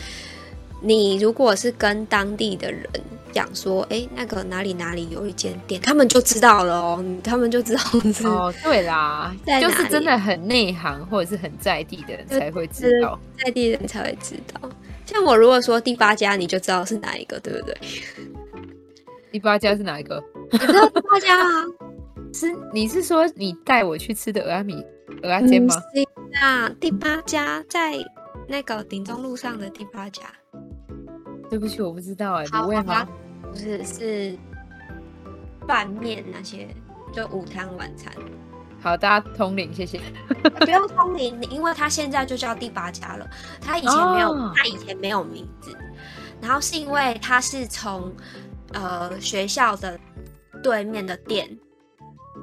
S2: 你如果是跟当地的人讲说，哎、那个哪里哪里有一间店，他们就知道了哦，他们就知道是。
S1: 哦，对啦，
S2: 在
S1: 就
S2: 哪
S1: 是真
S2: 里
S1: 的很内行或者是很在地的人
S2: 对
S1: 才会知道。
S2: 在地人才会知道。像我如果说第八家，你就知道是哪一个，对不对？
S1: 第八家是哪一个？
S2: 你知道第八家啊？
S1: 是你是说你带我去吃的俄阿米俄阿煎
S2: 嗯，
S1: 吗？
S2: 是啊，第八家在那个顶中路上的第八家。
S1: 对不起，我不知道哎、
S2: 好
S1: 卤味吗？？
S2: 不是，是拌面那些，就午餐、晚餐。
S1: 好，大家通灵，谢谢。
S2: 不用通灵，因为他现在就叫第八家了。他以前没有，
S1: 哦
S2: 他以前没有名字，然后是因为他是从呃学校的对面的店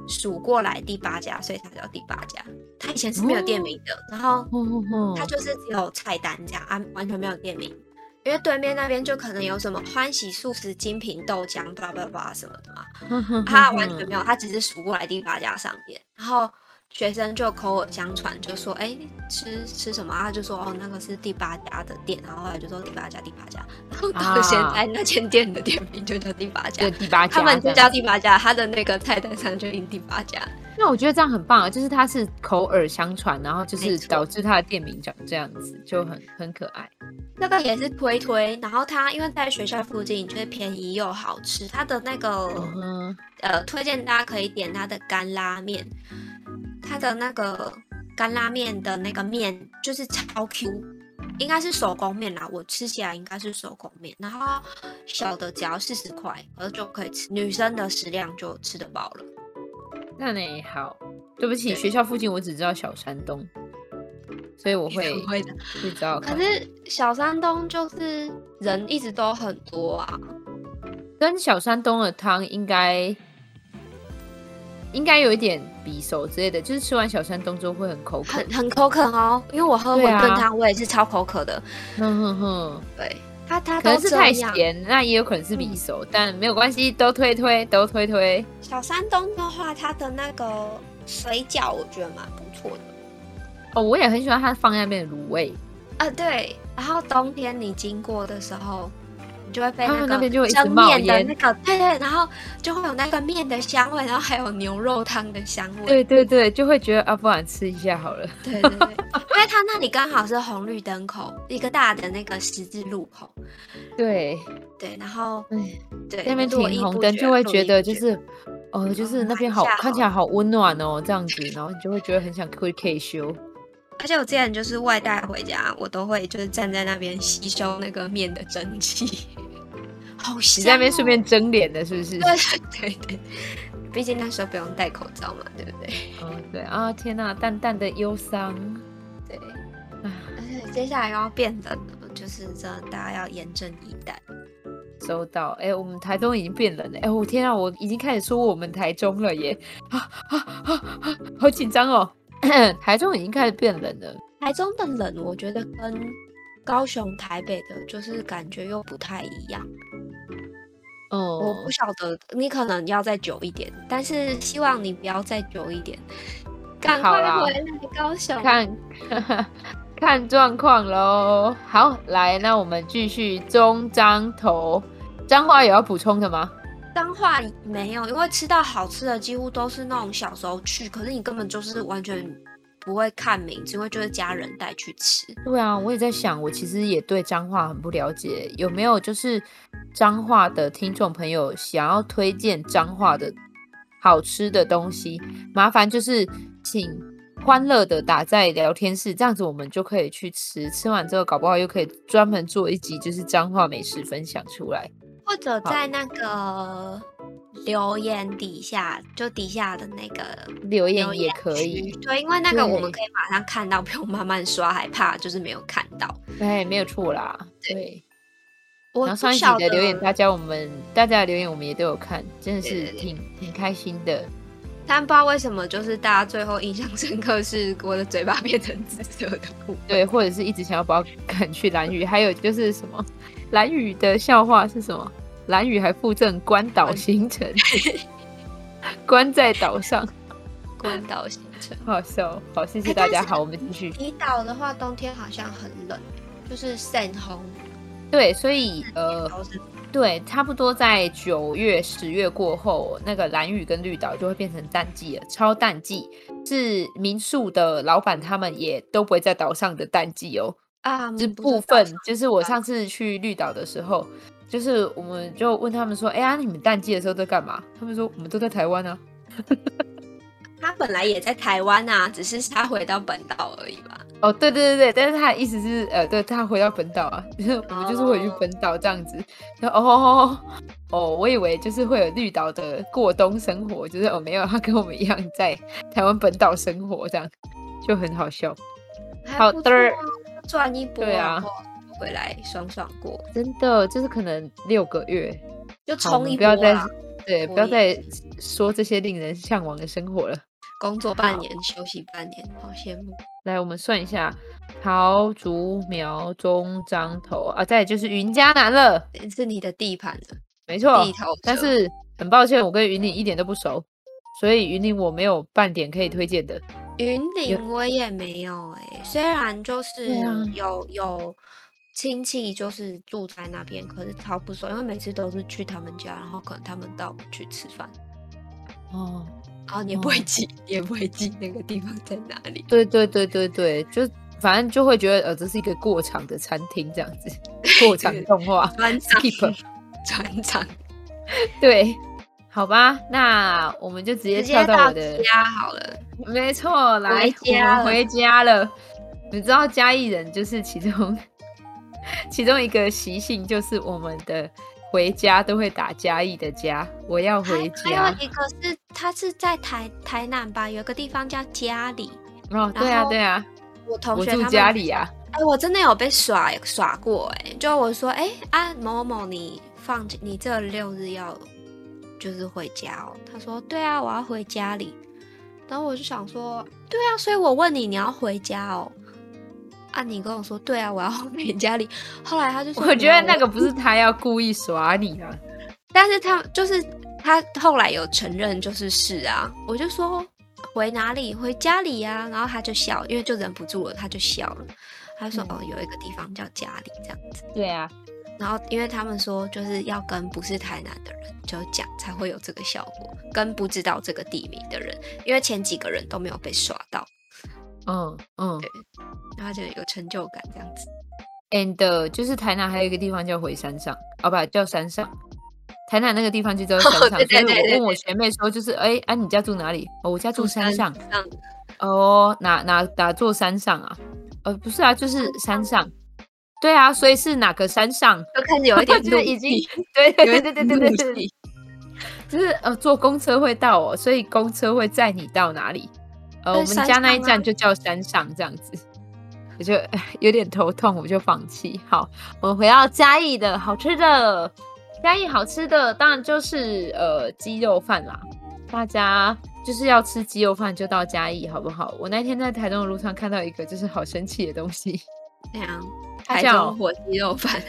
S2: 数过来第八家，所以他叫第八家。他以前是没有店名的，然后
S1: 哦哦哦
S2: 他就是只有菜单这样啊，完全没有店名。因为对面那边就可能有什么欢喜素食精品豆浆，巴拉巴拉巴拉什么的嘛，他完
S1: 嗯
S2: 全没有，他只是数过来第八家上面，然后学生就口耳相传，就说哎、吃吃什么啊？他就说哦那个是第八家的店，然后后来就说第八家第八家，然后到
S1: 啊
S2: 现在那间店的店名就叫第八家
S1: 就，第八家，
S2: 他们就叫。第八家，他的那个菜单上就印第八家，
S1: 那我觉得这样很棒啊，就是他是口耳相传，然后就
S2: 没
S1: 是
S2: 错
S1: 导致他的店名长这样子，就很很可爱。
S2: 那个也是推推，然后它因为在学校附近，就是便宜又好吃，它的那个。
S1: 嗯哼，
S2: 呃，推荐大家可以点它的干拉面，它的那个干拉面的那个面就是超 Q，应该是手工面啦，我吃起来应该是手工面，然后小的只要四十块，然后就可以吃，女生的食量就吃得饱了。
S1: 那你好，对不起，
S2: 对
S1: 学校附近我只知道小山东，所以我会
S2: 不会的，
S1: 去找找
S2: 可
S1: 看。
S2: 是小山东就是人一直都很多啊，
S1: 跟小山东的汤应该应该有一点匕首之类的，就是吃完小山东之后会很口渴
S2: 很。很口渴哦，因为我喝馄
S1: 对啊
S2: 饨汤，我也是超口渴的。
S1: 哼哼哼，
S2: 对，它它
S1: 可
S2: 都
S1: 能是太
S2: 这样嗯
S1: 咸，那也有可能是匕首，但没有关系，都推推，都推推。
S2: 小山东的话，它的那个水饺我觉得蛮不错的
S1: 哦，我也很喜欢它放在那边的卤味，
S2: 啊，对。然后冬天你经过的时候，你就会被
S1: 他
S2: 那
S1: 们
S2: 个
S1: 那边就会一直
S2: 蒸
S1: 冒
S2: 面的
S1: 烟
S2: 那个，对对，然后就会有那个面的香味，然后还有牛肉汤的香味，
S1: 对对对，就会觉得啊，不然吃一下好了。
S2: 对对对因为它那里刚好是红绿灯口，一个大的那个十字路口，
S1: 对，
S2: 对，然后
S1: 哎，
S2: 对
S1: 在那边
S2: 络
S1: 停
S2: 绎
S1: 红
S2: 不
S1: 灯
S2: 绝
S1: 就会
S2: 络
S1: 觉
S2: 绎
S1: 得
S2: 不
S1: 就
S2: 绝
S1: 是，哦，就是
S2: 嗯
S1: 那
S2: 看一
S1: 边好
S2: 下
S1: 看起来好温暖哦，这样子，然后你就会觉得很想去 K 修。
S2: 而且我之前就是外带回家，我都会就是站在那边吸收那个面的蒸汽，好香、哦。
S1: 你在那边顺便蒸脸的是不是？
S2: 对对对对，毕竟那时候不用戴口罩嘛，对不对？
S1: 哦，对啊，天哪，淡淡的忧伤，
S2: 对，
S1: 唉
S2: 而且接下来又要变冷了，就是真的大家要严阵以待。
S1: 收到。哎、我们台东已经变冷了。哎、我天啊，我已经开始说我们台中了耶！啊啊啊啊，好紧张哦。 台中已经开始变冷了。
S2: 台中的冷，我觉得跟高雄、台北的，就是感觉又不太一样。
S1: 哦，
S2: 我不晓得，你可能要再久一点，但是希望你不要再久一点，赶
S1: 好
S2: 快
S1: 啦
S2: 回来高雄。
S1: 看 看状况喽。好，来，那我们继续中彰头。彰化有要补充的吗？
S2: 彰化
S1: 嗯
S2: 没有，因为吃到好吃的几乎都是那种小时候去，可是你根本就是完全不会看名字，因为就是家人带去吃。
S1: 对啊，我也在想，我其实也对彰化很不了解，有没有就是彰化的听众朋友想要推荐彰化的好吃的东西？麻烦就是请欢乐的打在聊天室，这样子我们就可以去吃，吃完之后搞不好又可以专门做一集就是彰化美食分享出来。
S2: 或者在那个留言底下，就底下的那个
S1: 留言
S2: 留
S1: 也
S2: 言
S1: 可以
S2: 区，对，因为那个我们
S1: 对
S2: 可以马上看到，不用慢慢刷，还怕就是没有看到。
S1: 哎，没有错啦。
S2: 对
S1: 对，
S2: 我
S1: 然后
S2: 不
S1: 上一集
S2: 晓
S1: 的留言，
S2: 得
S1: 大家我们大家的留言我们也都有看，真的
S2: 对
S1: 是
S2: 对对
S1: 挺挺开心的。
S2: 但不知道为什么，就是大家最后印象深刻是我的嘴巴变成紫色的 部分。
S1: 对，或者是一直想要把我 赶去蓝屿，还有就是什么蓝屿的笑话是什么？蓝屿还附赠关
S2: 嗯
S1: 岛行程， 关在岛上，
S2: 关岛行程。
S1: 好笑，好，谢谢
S2: 哎
S1: 大
S2: 但
S1: 家，
S2: 是
S1: 好，我们继续。
S2: 离岛的话，冬天好像很冷，就是散红
S1: 对，所以呃，
S2: 都是
S1: 对，差不多在九月、十月过后，那个蓝屿跟绿岛就会变成淡季了，超淡季，是民宿的老板他们也都不会在岛上的淡季哦。
S2: 啊，不知
S1: 这部
S2: 道
S1: 分就是我上次去绿岛的时候，就是我们就问他们说：“哎呀，你们淡季的时候在干嘛？”他们说：“我们都在台湾啊。
S2: 他本来也在台湾啊，只是他回到本岛而已嘛。”
S1: 哦，对对对对，但是他的意思是，呃，对他回到本岛啊， 就是我们就是回去
S2: 哦
S1: 本岛这样子。然后哦哦，我以为就是会有绿岛的过冬生活，就是哦没有，他跟我们一样在台湾本岛生活这样，就很好笑。
S2: 还
S1: 好
S2: 不错
S1: 的
S2: 啊赚一波
S1: 对啊
S2: 然后回来爽爽过，
S1: 真的，就是可能六个月，
S2: 就
S1: 好，我
S2: 冲
S1: 们
S2: 一
S1: 不
S2: 波
S1: 要再
S2: 啊！
S1: 对，不
S2: 我
S1: 要
S2: 也
S1: 再说这些令人向往的生活了。
S2: 工作半年，休息半年，好羡慕。
S1: 来，我们算一下，桃竹苗中彰头啊，再来就是云嘉南了，
S2: 是你的地盘的
S1: 没错
S2: 地。头蛇，
S1: 但是很抱歉，我跟云林一点都不熟，所以云林我没有半点可以推荐的。
S2: 云林我也没有哎、虽然就是
S1: 对啊
S2: 有、有亲戚就是住在那边，可是超不熟，因为每次都是去他们家，然后可能他们带我们去吃饭，
S1: 哦，
S2: 然后你也不会
S1: 哦
S2: 记，你也不会记那个地方在哪里。
S1: 对对对对对，就反正就会觉得呃，这是一个过场的餐厅这样子，过场动画
S2: 船长，
S1: skip，
S2: 船长，
S1: 对，好吧，那我们就直接
S2: 直
S1: 跳
S2: 接
S1: 到
S2: 到
S1: 我的
S2: 家好了。
S1: 没错，来，
S2: 家
S1: 我们
S2: 了
S1: 回家了。你知道嘉义人就是其中 其中一个习性，就是我们的回家都会打嘉义的家，我要
S2: 啊还
S1: 回
S2: 还
S1: 家
S2: 有。一个是，他是在台台南吧，有个地方叫家里。
S1: 哦，对啊，
S2: 然后
S1: 对啊，
S2: 我同
S1: 我
S2: 学他
S1: 住
S2: 们
S1: 家里啊。
S2: 哎、我真的有被耍耍过哎、就我说哎、啊某某某，你放假你这六日要就是回家哦。他说对啊，我要回家里。然后我就想说对啊，所以我问你你要回家哦。啊，你跟我说对啊，我要回家里。后来他就说，
S1: 我觉得
S2: 没有
S1: 那个，不是嗯他要故意耍你啊，
S2: 但是他就是他后来有承认就是是啊，我就说回哪里？回家里呀、然后他就笑，因为就忍不住了，他就笑了。他就说、
S1: 嗯
S2: 哦，有一个地方叫家里这样。
S1: 对啊，
S2: 然后因为他们说就是要跟不是台南的人就讲才会有这个效果，跟不知道这个地名的人，因为前几个人都没有被刷到，
S1: 嗯嗯
S2: 对然后就有成就感这样子。
S1: ，and 就是台南还有一个地方叫回山上，哦不，叫山上。台南那个地方就叫
S2: 对
S1: 山 上，所
S2: 对
S1: 以
S2: 对对
S1: 我问我学妹说，就是哎，啊你家住哪里？哦，我家住山上。
S2: 这样
S1: 哦，哪哪哪座山上啊？呃，不是啊，就是山上。对啊，所以是哪个山上？
S2: 就开始有一点
S1: 就是
S2: 怒
S1: 已经
S2: 气，
S1: 对
S2: 有一
S1: 对对对对对对，
S2: 怒气
S1: 就是呃坐公车会到哦，所以公车会载你到哪里？呃，
S2: 在
S1: 我们
S2: 山
S1: 家那一
S2: 上啊
S1: 站就叫山上这样子，我就 呃有点头痛，我就放弃。好，我们回到嘉义的好吃的，嘉义好吃的当然就是呃鸡肉饭啦，大家。就是要吃鸡肉饭就到嘉义，好不好？我那天在台中的路上看到一个就是好生气的东 西，
S2: 那样
S1: 它
S2: 台
S1: 叫
S2: 中火鸡肉饭，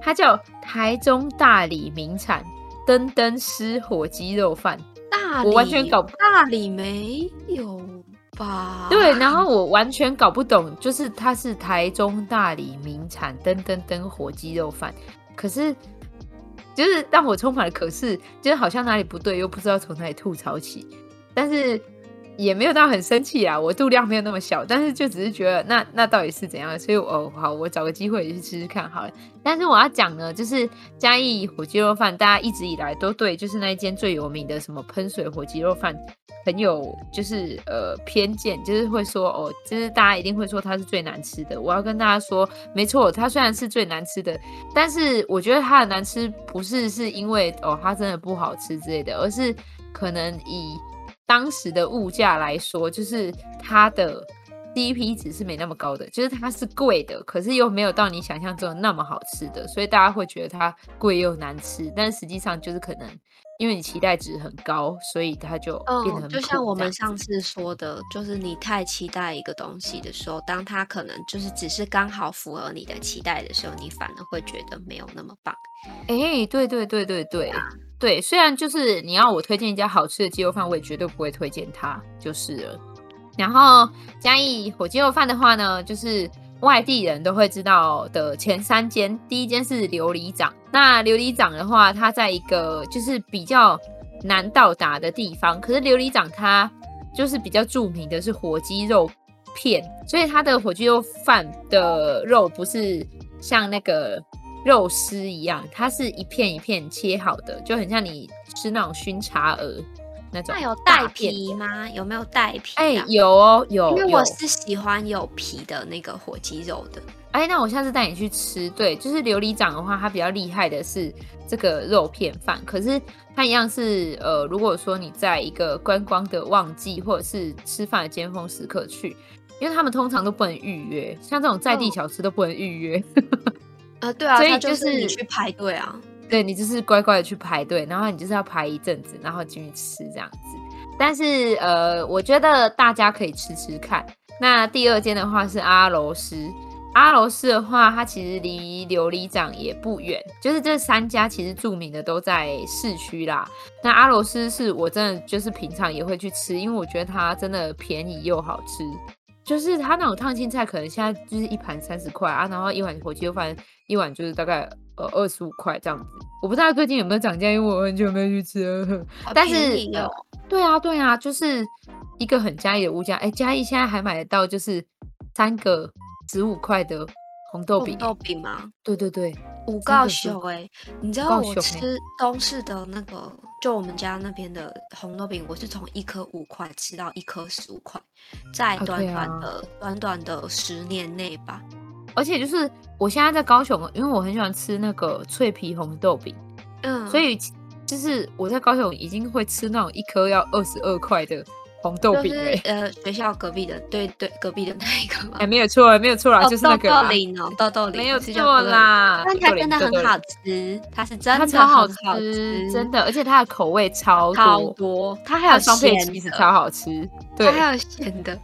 S1: 它叫台中大理名产登登师火鸡肉饭。
S2: 大
S1: 我
S2: 理
S1: 完全搞不
S2: 大理没有 吧？
S1: 对，然后我完全搞不懂，就是它是台中大理名产登登登火鸡肉饭，可是就是让我充满了可是，就是好像哪里不对，又不知道从哪里吐槽起，但是。也没有到很生气啊，我肚量没有那么小，但是就只是啊觉得那那到底是怎样，所以我哦好，我找个机会去吃吃看好了。但是我要讲呢，就是嘉义火鸡肉饭，大家一直以来都对就是那一间最有名的什么喷水火鸡肉饭很有就是呃偏见，就是会说哦，就是大家一定会说它是最难吃的。我要跟大家说，没错，它虽然是最难吃的，但是我觉得它的难吃不是是因为哦它真的不好吃之类的，而是可能以当时的物价来说，就是它的 CP 值是没那么高的，就是它是贵的，可是又没有到你想象中的那么好吃的，所以大家会觉得它贵又难吃，但实际上就是可能因为你期待值很高，所以它就变得
S2: 嗯，
S1: 很苦、
S2: 就像我
S1: 这
S2: 们
S1: 样
S2: 上次说的，就是你太期待一个东西的时候，当它可能就是只是刚好符合你的期待的时候，你反而会觉得没有那么棒。
S1: 哎、对对对对对
S2: 啊
S1: 对，虽然就是你要我推荐一家好吃的鸡肉饭，我也绝对不会推荐它，就是了。然后嘉义火鸡肉饭的话呢，就是外地人都会知道的前三间，第一间是琉璃掌。那琉璃掌的话，它在一个就是比较难到达的地方，可是琉璃掌它就是比较著名的是火鸡肉片，所以它的火鸡肉饭的肉不是像那个肉丝一样，它是一片一片切好的，就很像你吃那种熏茶鹅那种。
S2: 那有带
S1: 片
S2: 皮吗？有没有带皮、啊？
S1: 哎、有哦，有，
S2: 因为
S1: 有
S2: 我是喜欢有皮的那个火鸡肉的。
S1: 哎，那我下次带你去吃。对，就是琉璃掌的话，它比较厉害的是这个肉片饭，可是它一样是呃，如果说你在一个观光的旺季或者是吃饭的尖峰时刻去，因为他们通常都不能预约，像这种在地
S2: 哦
S1: 小吃都不能预约。
S2: 呃，对啊，
S1: 所以
S2: 它
S1: 就是
S2: 你
S1: 是
S2: 去排队啊。
S1: 对你就是乖乖的去排队，然后你就是要排一阵子，然后进去吃这样子。但是呃，我觉得大家可以吃吃看。那第二间的话是阿楼斯，阿楼斯的话，它其实离琉璃掌也不远，就是这三家其实著名的都在市区啦。那阿罗斯是我真的就是平常也会去吃，因为我觉得它真的便宜又好吃。就是它那种烫青菜，可能现在就是一盘三十块啊，然后一碗火鸡肉饭一碗就是大概呃二十五块这样子。我不知道最近有没有涨价，因为我很久没有去吃了。
S2: 好
S1: 但
S2: 便
S1: 是
S2: 宜
S1: 呃
S2: 哦
S1: 对啊，对啊，就是一个很嘉义的物价。哎，嘉义现在还买得到就是三个十五块的红豆饼
S2: 红。豆饼吗？
S1: 对对对，
S2: 五
S1: 真的
S2: 告
S1: 是
S2: 熊哎、你知
S1: 告
S2: 道我
S1: 熊欸
S2: 吃东市的那个，就我们家那边的红豆饼，我是从一颗五块吃到一颗十五块，在
S1: 啊
S2: 短
S1: 对
S2: 短
S1: 啊
S2: 的、短短的十年内吧。
S1: 而且就是我现在在高雄，因为我很喜欢吃那个脆皮红豆饼。
S2: 嗯，
S1: 所以其就是我在高雄已经会吃那种一颗要二十二块的红豆
S2: 就
S1: 饼欸了、
S2: 是呃学校隔壁的，对对，隔壁的那一个嘛
S1: 哎、，没有错，没有错啦，
S2: 哦
S1: 就是那个
S2: 豆
S1: 啦
S2: 豆林哦，豆豆林
S1: 没有
S2: 是叫
S1: 错
S2: 豆豆林
S1: 啦，
S2: 但它真
S1: 豆林
S2: 的
S1: 豆豆
S2: 很
S1: 林
S2: 好吃，它是真
S1: 它
S2: 的
S1: 超
S2: 很好
S1: 吃，
S2: 吃，
S1: 真的，而且它的口味超
S2: 超
S1: 多，
S2: 多，
S1: 它还有双倍
S2: 咸
S1: 起司
S2: 的
S1: 超好吃，对
S2: 它，还有咸的，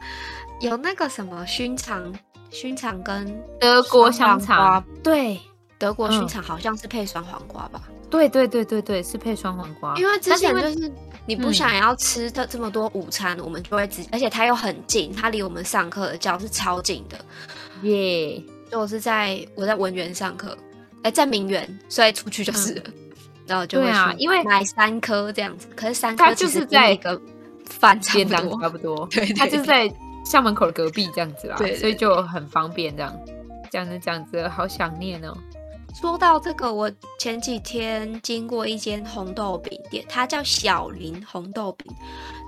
S2: 有那个什么熏肠，熏肠跟
S1: 德国香
S2: 双黄
S1: 肠，对。
S2: 德国
S1: 嗯
S2: 熏肠好像是配酸黄瓜吧？
S1: 对对对对对，是配双黄瓜，
S2: 因为之
S1: 啊但是
S2: 前
S1: 因为
S2: 就是你不
S1: 嗯
S2: 想要吃的这么多午餐，我们就会直，而且它又很近，它离我们上课的教室超近的，
S1: 耶
S2: 就我是在我在文园上课，哎、在名园，所以出去就是了，然后就会
S1: 嗯对啊
S2: 去
S1: 因为
S2: 买三颗这样子，可是三
S1: 它
S2: 颗其
S1: 就
S2: 实
S1: 是
S2: 跟
S1: 在
S2: 一个饭差
S1: 便
S2: 不
S1: 当
S2: 多
S1: 差不多，
S2: 对对
S1: 它就是
S2: 对
S1: 在校门口的隔壁这样子啦，
S2: 对对
S1: 所以
S2: 对
S1: 就很方便这样，这样子这样子，好想念哦。
S2: 说到这个，我前几天经过一间红豆饼店，它叫小林红豆饼，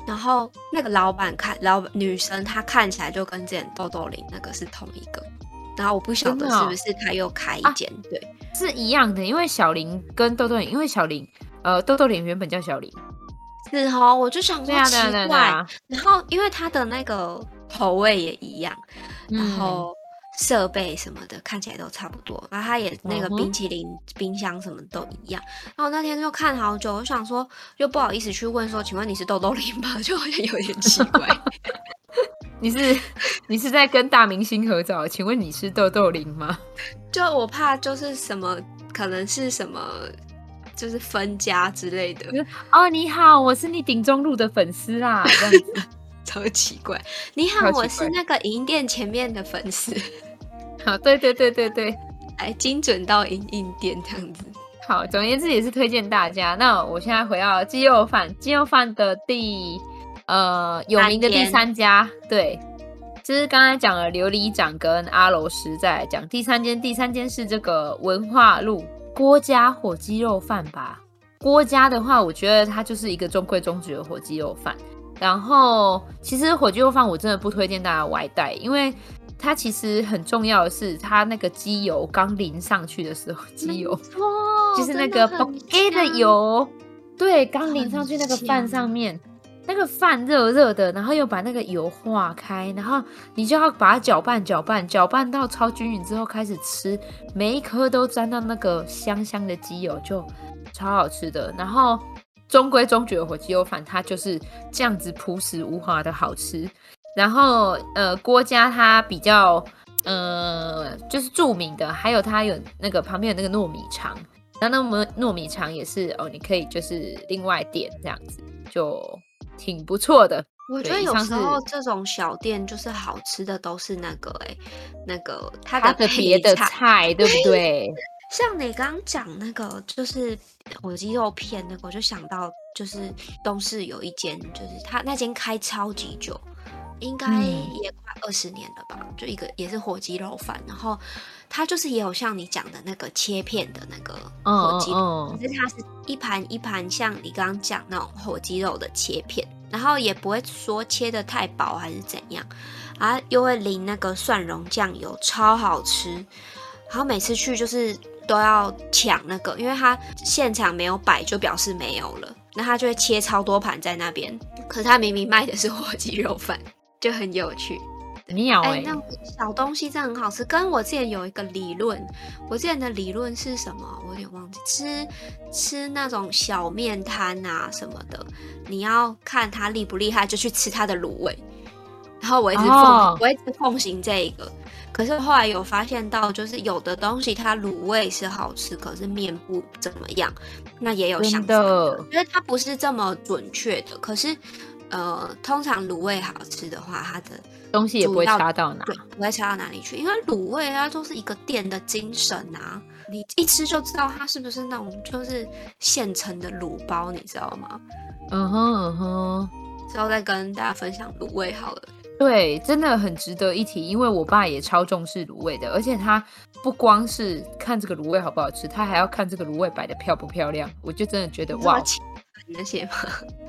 S2: 然后那个老板看老板女生，她看起来就跟之前豆豆林那个是同一个，然后我不晓
S1: 真
S2: 得
S1: 的哦
S2: 是不是他又开一
S1: 啊
S2: 间，对，
S1: 是一样的，因为小林跟豆豆，因为小林呃，豆豆脸原本叫小林，
S2: 是哦，我就想说
S1: 对啊
S2: 奇
S1: 对啊对
S2: 怪，
S1: 啊对啊，
S2: 然后因为它的那个口味也一样，
S1: 嗯
S2: 然后设备什么的看起来都差不多，然后它也那个
S1: 嗯哼
S2: 冰淇淋、冰箱什么都一样。然后那天就看好久，我想说又不好意思去问说，请问你是豆豆林吗？ 就好像有点奇怪。
S1: 嗯你是 你是在跟大明星合照？请问你是豆豆林吗？
S2: 就我怕就是什么，可能是什么，就是分家之类的，
S1: 哦，你好，我是你顶中路的粉丝啦，这样子
S2: 超奇怪。你
S1: 超
S2: 好，
S1: 奇怪
S2: 我是那个银店前面的粉丝，
S1: 好，对对对对对，
S2: 哎，精准到银银店这样子。
S1: 好，总而言之也是推荐大家。那我现在回到鸡肉饭，鸡肉饭的第呃有名的第三家，对，就是刚才讲了琉璃掌跟阿楼实在讲第三间，第三间是这个文化路郭家火鸡肉饭吧。郭家的话，我觉得它就是一个中规中矩的火鸡肉饭。然后，其实火鸡肉饭我真的不推荐大家外带，因为它其实很重要的是，它那个鸡油刚淋上去的时候，鸡油
S2: 错，
S1: 就是那个 b o g 的油，对，刚淋
S2: 很
S1: 上去那个
S2: 香
S1: 饭上面，那个饭热热的，然后又把那个油化开，然后你就要把它搅拌搅拌，搅拌到超均匀之后开始吃，每一颗都沾到那个香香的鸡油，就超好吃的。然后中规中矩的火鸡肉饭，它就是这样子朴实无华的好吃。然后呃，郭家它比较呃就是著名的，还有它有那个旁边有那个糯米肠，那那么糯米肠也是哦，你可以就是另外点这样子，就挺不错的。
S2: 我觉
S1: 对
S2: 得
S1: 以
S2: 有
S1: 上
S2: 时候
S1: 是
S2: 这种小店就是好吃的都是那个哎、那个它
S1: 它
S2: 的
S1: 的
S2: 配
S1: 别的
S2: 菜
S1: 菜对不 对？
S2: 像你刚讲那个就是火鸡肉片那个，我就想到就是东市有一间，就是它那间开超级久，应该
S1: 嗯
S2: 也快二十年了吧，就一个也是火鸡肉饭，然后它就是也有像你讲的那个切片的那个火
S1: 嗯
S2: 鸡肉
S1: 嗯
S2: 可是它是一盘一盘像你刚刚讲那种火鸡肉的切片，然后也不会说切的太薄还是怎样，啊，又会淋那个蒜蓉酱油，超好吃。然后每次去就是都要抢那个，因为它现场没有摆，就表示没有了。那它就会切超多盘在那边，可是它明明卖的是火鸡肉饭，就很有趣。
S1: 嗯，妙
S2: 哎、
S1: 哎、
S2: 那小东西真的很好吃。跟我之前有一个理论，我之前的理论是什么？我有点忘记。吃吃那种小面摊啊什么的，你要看它厉不厉害，就去吃它的卤味。然后我一直奉、
S1: 哦
S2: 我一直奉行这一个，可是后来有发现到，就是有的东西它卤味是好吃，可是面不怎么样。那也有
S1: 真
S2: 想法
S1: 的
S2: 我觉得它不是这么准确的。可是，呃，通常卤味好吃的话，它的
S1: 东西也不会
S2: 主要
S1: 差到哪。
S2: 对，不会差到哪里去，因为卤味它就是一个店的精神啊，你一吃就知道它是不是那种就是现成的卤包，你知道吗？
S1: 嗯哼嗯哼，
S2: 之后再跟大家分享卤味好了。
S1: 对，真的很值得一提，因为我爸也超重视卤味的，而且他不光是看这个卤味好不好吃，他还要看这个卤味摆的漂不漂亮。我就真的觉得
S2: 你知道
S1: 哇，
S2: 青盘那些吗？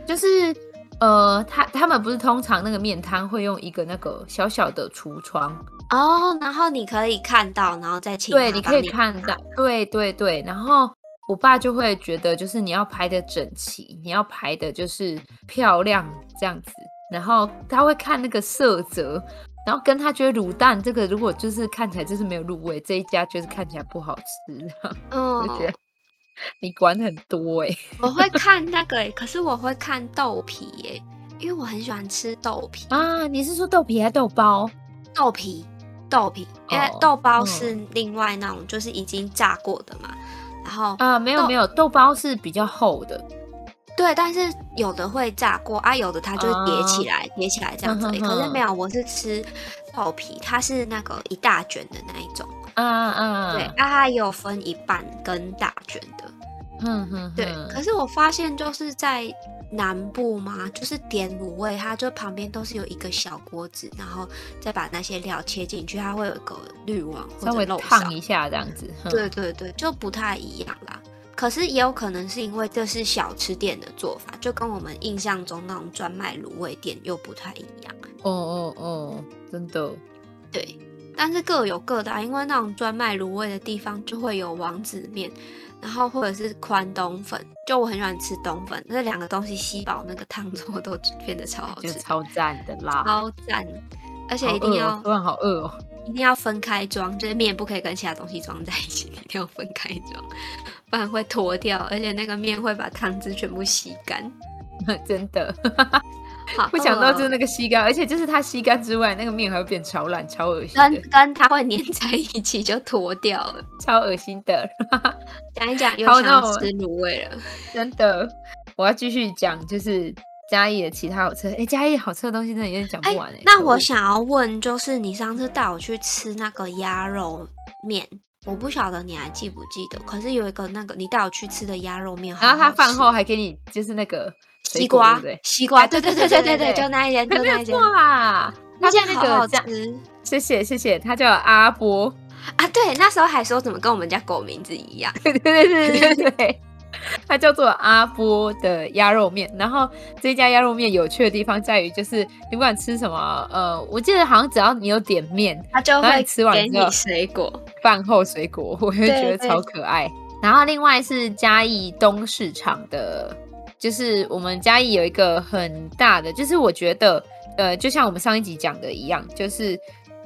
S1: 就是呃，他他们不是通常那个面摊会用一个那个小小的橱窗，
S2: 哦，然后你可以看到，然后再请
S1: 对，
S2: 他
S1: 你
S2: 帮
S1: 可以看
S2: 啊
S1: 到，对对对。然后我爸就会觉得，就是你要排的整齐，你要排的就是漂亮这样子。然后他会看那个色泽，然后跟他觉得卤蛋这个如果就是看起来就是没有入味，这一家就是看起来不好吃， 我就
S2: 嗯
S1: 觉得，你管很多哎、
S2: 我会看那个、欸，可是我会看豆皮耶、因为我很喜欢吃豆皮。
S1: 啊！你是说豆皮还是豆包？
S2: 豆皮，豆皮，因为
S1: 哦
S2: 豆包
S1: 嗯
S2: 是另外那种就是已经炸过的嘛。然后
S1: 啊、没有
S2: 豆
S1: 没有，豆包是比较厚的，
S2: 对，但是有的会炸过啊，有的它就会叠起来，叠、起来这样子而已。
S1: 哦嗯哼
S2: 可是
S1: 哼
S2: 没有，我是吃豆皮，它是那个一大卷的那一种。
S1: 啊啊，
S2: 对，啊，它也有分一半跟大卷的。
S1: 哼嗯哼
S2: 对，
S1: 哼
S2: 可是我发现就是在南部嘛，就是点卤味，它就旁边都是有一个小锅子，然后再把那些料切进去，它会有一个滤网或
S1: 稍
S2: 者
S1: 微
S2: 漏
S1: 烫
S2: 勺
S1: 一下这样子，哼
S2: 对对对，就不太一样啦。可是也有可能是因为这是小吃店的做法，就跟我们印象中那种专卖卤味店又不太一样。
S1: 哦哦哦，真的。
S2: 对，但是各有各的、啊，因为那种专卖卤味的地方就会有王子面，然后或者是宽冬粉，就我很喜欢吃冬粉，这两个东西吸饱那个汤 之后都变得超好
S1: 就
S2: 吃，
S1: 超赞的啦，
S2: 超赞，而且
S1: 好
S2: 一定
S1: 饿哦
S2: 要、
S1: 突然好饿哦，
S2: 一定要分开装，就是面不可以跟其他东西装在一起， 一定要分开装，不然会坨掉，而且那个面会把汤汁全部吸干。
S1: 真的。
S2: 好，
S1: 不想到
S2: 饿哦
S1: 就是那个吸干，而且就是它吸干之外，那个面还会变超烂，超恶心的
S2: 跟，跟它会粘在一起就坨掉了。
S1: 超恶心的，
S2: 讲一讲又
S1: 好
S2: 想
S1: 那
S2: 要
S1: 我
S2: 吃卤味了，
S1: 真的。我要继续讲，就是嘉义的其他好吃，哎、嘉义好吃的东西真的有点讲
S2: 哎、
S1: 不完哎、
S2: 那
S1: 可
S2: 我
S1: 恶
S2: 想要问，就是你上次带我去吃那个鸭肉面，我不晓得你还记不记得，可是有一个那个你带我去吃的鸭肉面好好吃，
S1: 然后他饭后还给你就是那个水
S2: 西
S1: 果
S2: 瓜
S1: 对不对，
S2: 西瓜，
S1: 哎
S2: 对对对对
S1: 对对
S2: 对
S1: 对
S2: 对，就那一间，
S1: 还
S2: 就
S1: 没
S2: 那
S1: 有
S2: 一间
S1: 错。啦。
S2: 那
S1: 他
S2: 间
S1: 是那
S2: 好好
S1: 个
S2: 吃
S1: 酱，谢谢谢谢，他叫阿波，
S2: 啊！对，那时候还说怎么跟我们家狗名字一样，
S1: 对对对对对对，它叫做阿波的鸭肉面。然后这家鸭肉面有趣的地方在于，就是你不管吃什么，呃，我记得好像只要你有点面，
S2: 它就
S1: 然后
S2: 会
S1: 你吃完
S2: 给
S1: 之
S2: 你
S1: 后
S2: 水果。
S1: 饭后水果，我就觉
S2: 对
S1: 得
S2: 对
S1: 超可爱。然后另外是嘉义东市场的，就是我们嘉义有一个很大的，就是我觉得，呃，就像我们上一集讲的一样，就是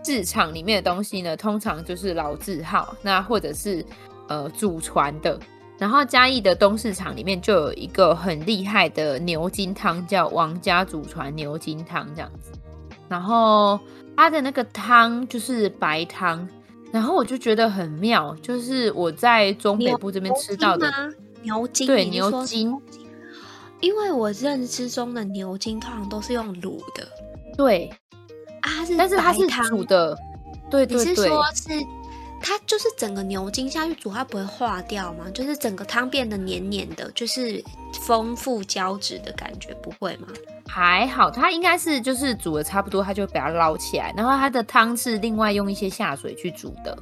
S1: 市场里面的东西呢，通常就是老字号，那或者是呃祖传的。然后嘉义的东市场里面就有一个很厉害的牛筋汤，叫王家祖传牛筋汤这样子。然后它的那个汤就是白汤，然后我就觉得很妙，就是我在中北部这边吃到的，
S2: 牛筋哦吗，
S1: 对
S2: 你是说
S1: 牛筋
S2: 牛筋，因为我认知中的牛筋通常都是用卤的
S1: 对，
S2: 啊，它是
S1: 但是它
S2: 白
S1: 是
S2: 汤
S1: 煮的，对
S2: 你
S1: 对
S2: 是
S1: 对，
S2: 说是它就是整个牛筋下去煮，它不会化掉吗？就是整个汤变得黏黏的，就是丰富胶质的感觉，不会吗？
S1: 还好，它应该是就是煮的差不多，它就会把它捞起来，然后它的汤是另外用一些下水去煮的，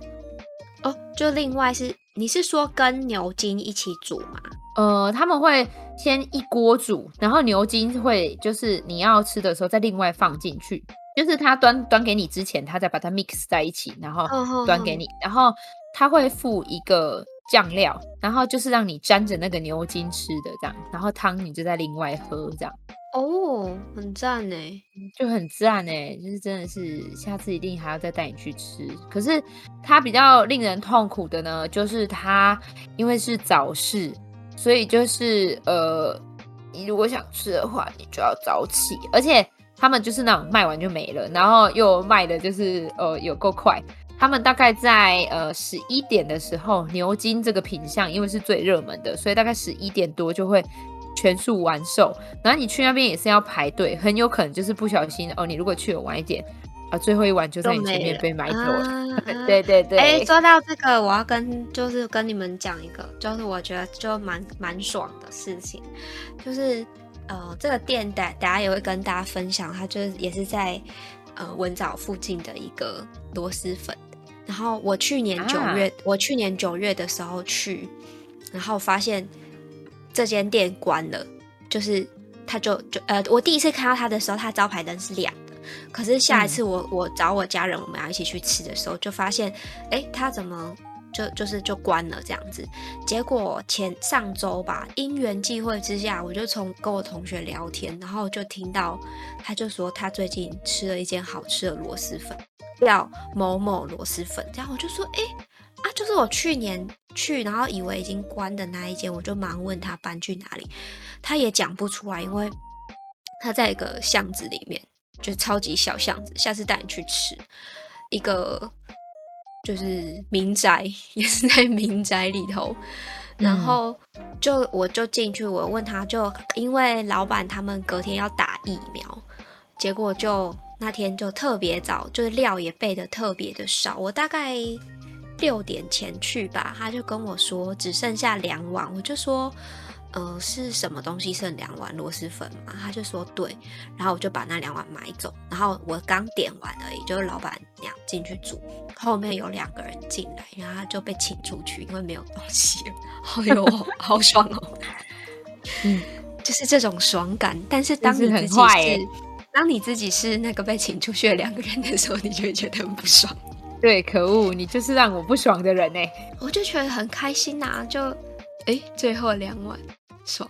S2: 哦，就另外是你是说跟牛筋一起煮吗？
S1: 呃，他们会先一锅煮，然后牛筋会就是你要吃的时候再另外放进去，就是它端端给你之前，它再把它 mix 在一起，然后
S2: 嗯哼
S1: 哦端给
S2: 哼
S1: 你，然后它会附一个酱料，然后就是让你沾着那个牛筋吃的这样，然后汤你就再另外喝这样，
S2: 哦，很赞欸呢。
S1: 就很赞哎、就是真的是下次一定还要再带你去吃。可是它比较令人痛苦的呢，就是它因为是早市，所以就是呃，你如果想吃的话，你就要早起，而且他们就是那种卖完就没了，然后又卖的就是呃有够快。他们大概在呃十一点的时候，牛筋这个品相因为是最热门的，所以大概十一点多就会全数完售。然后你去那边也是要排队，很有可能就是不小心哦。你如果去的晚一点，啊，最后一碗就在你前面被买走了。
S2: 啊
S1: 对对对，
S2: 哎、说到这个，我要跟就是跟你们讲一个，就是我觉得就蛮蛮爽的事情，就是呃，这个店大大家也会跟大家分享，它就是也是在呃文藻附近的一个螺蛳粉。然后我去年九
S1: 啊
S2: 月，我去年九月的时候去，然后发现这间店关了，就是它就就呃，我第一次看到它的时候，它招牌灯是亮的。可是下一次我、我找我家人，我们要一起去吃的时候，就发现，哎，它怎么就就是就关了这样子？结果前上周吧，因缘际会之下，我就从跟我同学聊天，然后就听到他就说他最近吃了一间好吃的螺蛳粉，叫某某螺蛳粉，然后我就说，哎、啊，就是我去年去，然后以为已经关的那一间，我就忙问他搬去哪里，他也讲不出来，因为他在一个巷子里面，就超级小巷子。下次带你去吃一个，就是民宅，也是在民宅里头。然
S1: 嗯
S2: 后就我就进去，我问他就因为老板他们隔天要打疫苗，结果就那天就特别早，就是料也备的特别的少，我大概六点前去吧，他就跟我说只剩下两碗，我就说。呃，是什么东西剩两碗螺蛳粉嘛？他就说对，然后我就把那两碗买走，然后我刚点完而已，就是老板娘进去煮，后面有两个人进来，然后他就被请出去，因为没有东西了。 哎呦，好爽哦！
S1: 嗯，
S2: 就是这种爽感，但是当
S1: 真
S2: 你
S1: 是
S2: 自己
S1: 很坏
S2: 是
S1: 耶
S2: 当你自己是那个被请出去的两个人的时候，你就会觉得很不爽。
S1: 对，可恶，你就是让我不爽的人呢、欸
S2: 我就觉得很开心呐、就哎、诶最后两碗爽。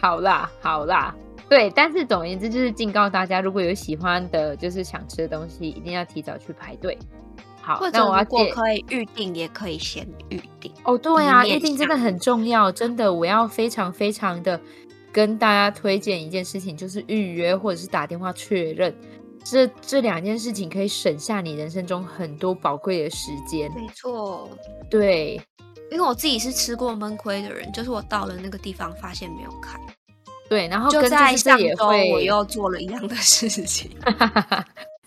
S1: 好啦，好啦，对，但是总而言之，就是警告大家，如果有喜欢的，就是想吃的东西，一定要提早去排队。好
S2: 或，者
S1: 那我要
S2: 如果
S1: 借
S2: 可以预定，也可以先预定。
S1: 哦，对啊，
S2: 面
S1: 预定真的
S2: 向
S1: 很重要，真的，我要非常非常的跟大家推荐一件事情，就是预约或者是打电话确认，这这两件事情可以省下你人生中很多宝贵的时间。
S2: 没错，
S1: 对，
S2: 因为我自己是吃过闷亏的人，就是我到了那个地方发现没有开，
S1: 对，然后
S2: 就
S1: 跟
S2: 在
S1: 是这
S2: 上
S1: 也
S2: 周
S1: 会
S2: 我又做了一样的事 情。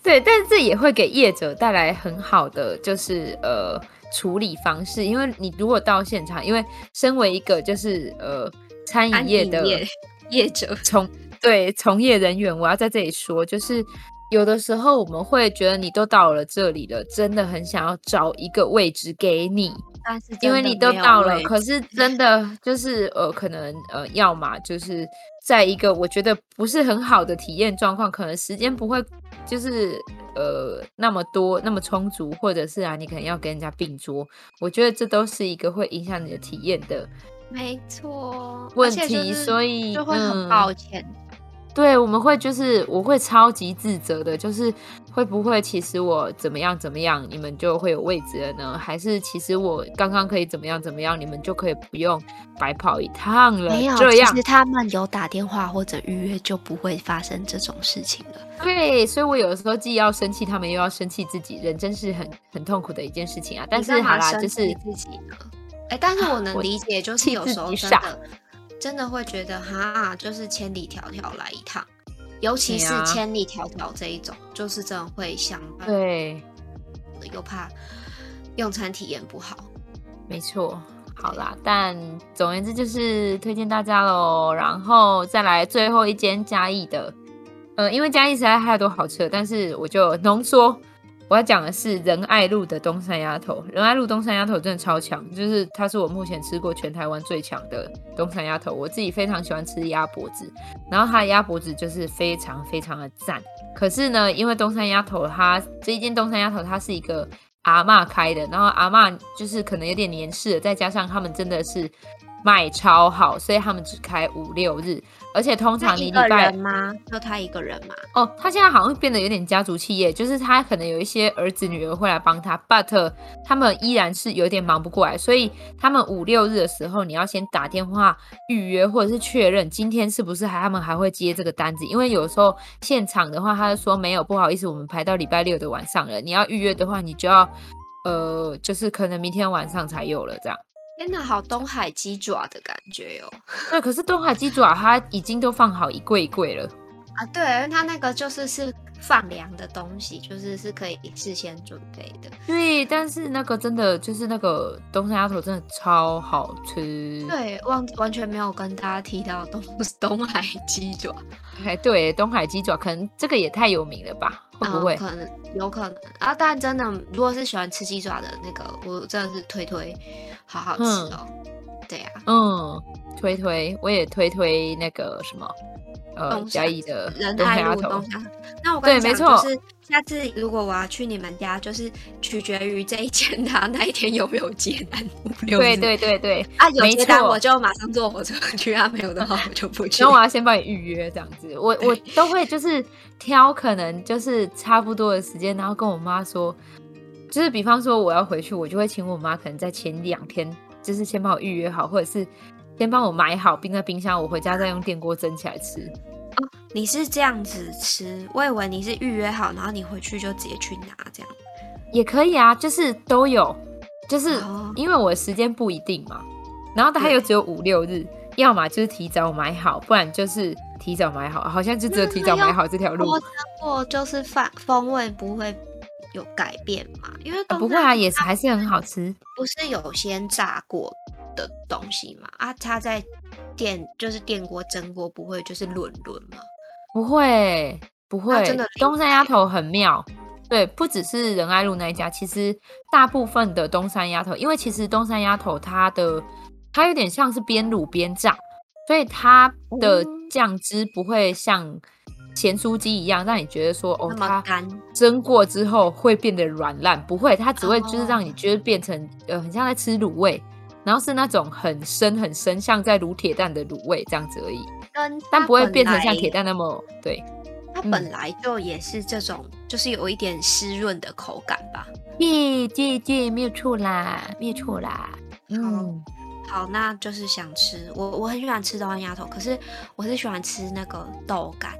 S1: 对，但是这也会给业者带来很好的就是呃处理方式，因为你如果到现场，因为身为一个就是呃餐
S2: 安
S1: 饮业
S2: 饮
S1: 的
S2: 业业者
S1: 从对从业人员，我要在这里说，就是有的时候我们会觉得你都到了这里了，真的很想要找一个位置给你，
S2: 但是
S1: 因为
S2: 真的
S1: 你都
S2: 没有
S1: 到了，
S2: 位
S1: 可是真 的就是呃，可能呃，要么就是在一个我觉得不是很好的体验状况，可能时间不会就是呃那么多那么充足，或者是啊，你可能要跟人家并桌，我觉得这都是一个会影响你的体验的
S2: 没错
S1: 问
S2: 而且就
S1: 题，
S2: 是
S1: 所以
S2: 就会很
S1: 嗯
S2: 抱歉。
S1: 对，我们会就是我会超级自责的，就是会不会其实我怎么样怎么样，你们就会有位置了呢？还是其实我刚刚可以怎么样怎么样，你们就可以不用白跑一趟了？
S2: 没有，
S1: 这样
S2: 其实他们有打电话或者预约，就不会发生这种事情了。
S1: 对，所以我有的时候既要生气他们，又要生气自己，人真是很很痛苦的一件事情啊。但
S2: 你
S1: 是
S2: 干
S1: 好
S2: 嘛
S1: 啦，
S2: 生
S1: 就
S2: 气
S1: 是
S2: 自己呢？哎、但是我能
S1: 我
S2: 理解，就是
S1: 气
S2: 有
S1: 自
S2: 时候
S1: 己
S2: 真
S1: 傻
S2: 的真的会觉得哈，就是千里迢迢来一趟，尤其
S1: 对
S2: 是
S1: 啊
S2: 千里迢迢这一种，就是真的会想办法，
S1: 对，
S2: 又怕用餐体验不好。
S1: 没错。好啦，但总而言之就是推荐大家喽，然后再来最后一间嘉义的，呃，因为嘉义实在太多好吃的，但是我就浓缩，我要讲的是仁爱路的东山鸭头，仁爱路东山鸭头真的超强，就是它是我目前吃过全台湾最强的东山鸭头，我自己非常喜欢吃鸭脖子，然后它的鸭脖子就是非常非常的赞。可是呢，因为东山鸭头它这一间东山鸭头它是一个阿嬷开的，然后阿嬷就是可能有点年事了，再加上他们真的是卖超好，所以他们只开五六日，而且通
S2: 他
S1: 常你
S2: 一
S1: 礼
S2: 个
S1: 拜
S2: 人吗？就他一个人吗？
S1: 哦，他现在好像变得有点家族企业，就是他可能有一些儿子女儿会来帮他，but 他们依然是有点忙不过来，所以他们五六日的时候，你要先打电话预约或者是确认今天是不是还他们还会接这个单子，因为有时候现场的话，他就说没有，不好意思，我们排到礼拜六的晚上了，你要预约的话，你就要呃，就是可能明天晚上才有了这样。
S2: 天哪，好东海鸡爪的感觉哦哟、
S1: 对，可是东海鸡爪它已经都放好一柜一柜了。
S2: 啊！对，因为它那个就是是放凉的东西，就是是可以事先准备的。
S1: 对，但是那个真的就是那个东山鸭头真的超好吃。，
S2: 对，忘完全没有跟大家提到东 东海鸡爪，
S1: 哎，对，东海鸡爪可能这个也太有名了吧？会不
S2: 嗯
S1: 会？
S2: 可能有可能啊，但真的，如果是喜欢吃鸡爪的那个，我真的是推推，好好吃
S1: 嗯
S2: 哦。对呀、啊，
S1: 嗯，推推，我也推推那个什么，呃，
S2: 东
S1: 嘉
S2: 山
S1: 义的
S2: 仁
S1: 东
S2: 爱
S1: 山鸭
S2: 路
S1: 头
S2: 东。山。那我跟你
S1: 对
S2: 讲，
S1: 没
S2: 就
S1: 错
S2: 是下次如果我要去你们家，就是取决于这一间他、 那一天有没有接单。六
S1: 对
S2: 日
S1: 对对对，
S2: 啊，有
S1: 没
S2: 接单
S1: 错啊
S2: 我就马上坐火车 去，啊没有的话我就 不去
S1: 然。后我要先帮你预约这样子，我我都会就是挑可能就是差不多的时间，然后跟我妈说，就是比方说我要回去，我就会请我妈可能在前两天，就是先帮我预约好，或者是先帮我买好冰在冰箱，我回家再用电锅蒸起来吃。
S2: 你是这样子吃，我以为你是预约好，然后你回去就直接去拿这样。
S1: 也可以啊，就是都有，就是
S2: 哦
S1: 因为我的时间不一定嘛，然后它又只有五六日，要么就是提早买好，不然就是提早买好，好像就只有提早买好这条路
S2: 嗯
S1: 啊
S2: 我。吃过就是饭风味不会有改变嘛，因为
S1: 啊
S2: 东
S1: 不会
S2: 山
S1: 啊，也是还是很好吃。
S2: 不是有先炸过的东西嘛？啊，它在电就是电锅蒸锅不会就是轮轮嘛？
S1: 不会，不
S2: 那
S1: 会，
S2: 真的
S1: 东
S2: 厉
S1: 山鸭
S2: 害
S1: 头很妙。对，不只是仁爱路那一家，其实大部分的东山鸭头，因为其实东山鸭头它的它有点像是边卤边炸，所以它的
S2: 哦
S1: 酱汁不会像咸酥鸡一样，让你觉得说哦
S2: 那，么
S1: 它
S2: 干
S1: 蒸过之后会变得软烂，不会，它只会就是
S2: 哦
S1: 让你觉得变成、呃，很像在吃卤味，然后是那种很深很深，像在卤铁蛋的卤味这样子而已，
S2: 跟它
S1: 但不会
S2: 本
S1: 变成
S2: 来
S1: 像铁蛋那么对。
S2: 它
S1: 嗯
S2: 本来就也是这种，就是有一点湿润的口感吧。
S1: 对对对，没有错啦，没有错啦。嗯，
S2: 好，那就是想吃我我很喜欢吃豆干鸭头，可是我是喜欢吃那个豆干，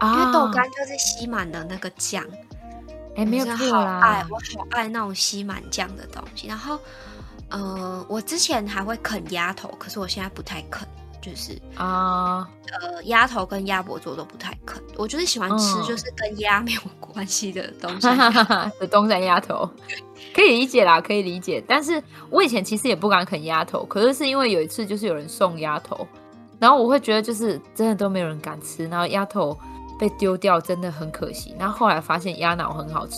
S2: 因为豆
S1: 啊
S2: 干就是吸满了那个酱，
S1: 哎，没有
S2: 我真
S1: 错
S2: 的好爱
S1: 啦，
S2: 我好爱那种吸满酱的东西。然后，呃，我之前还会啃鸭头，可是我现在不太啃，就是
S1: 啊，
S2: 呃，鸭头跟鸭脖做都不太啃，我就是喜欢吃
S1: 嗯
S2: 就是跟鸭 没有关系的东西
S1: 哈。哈哈哈，的东山鸭头，可以理解啦，可以理解。但是我以前其实也不敢啃鸭头，可是是因为有一次就是有人送鸭头，然后我会觉得就是真的都没有人敢吃，然后鸭头被丢掉真的很可惜。然后后来发现鸭脑很好吃，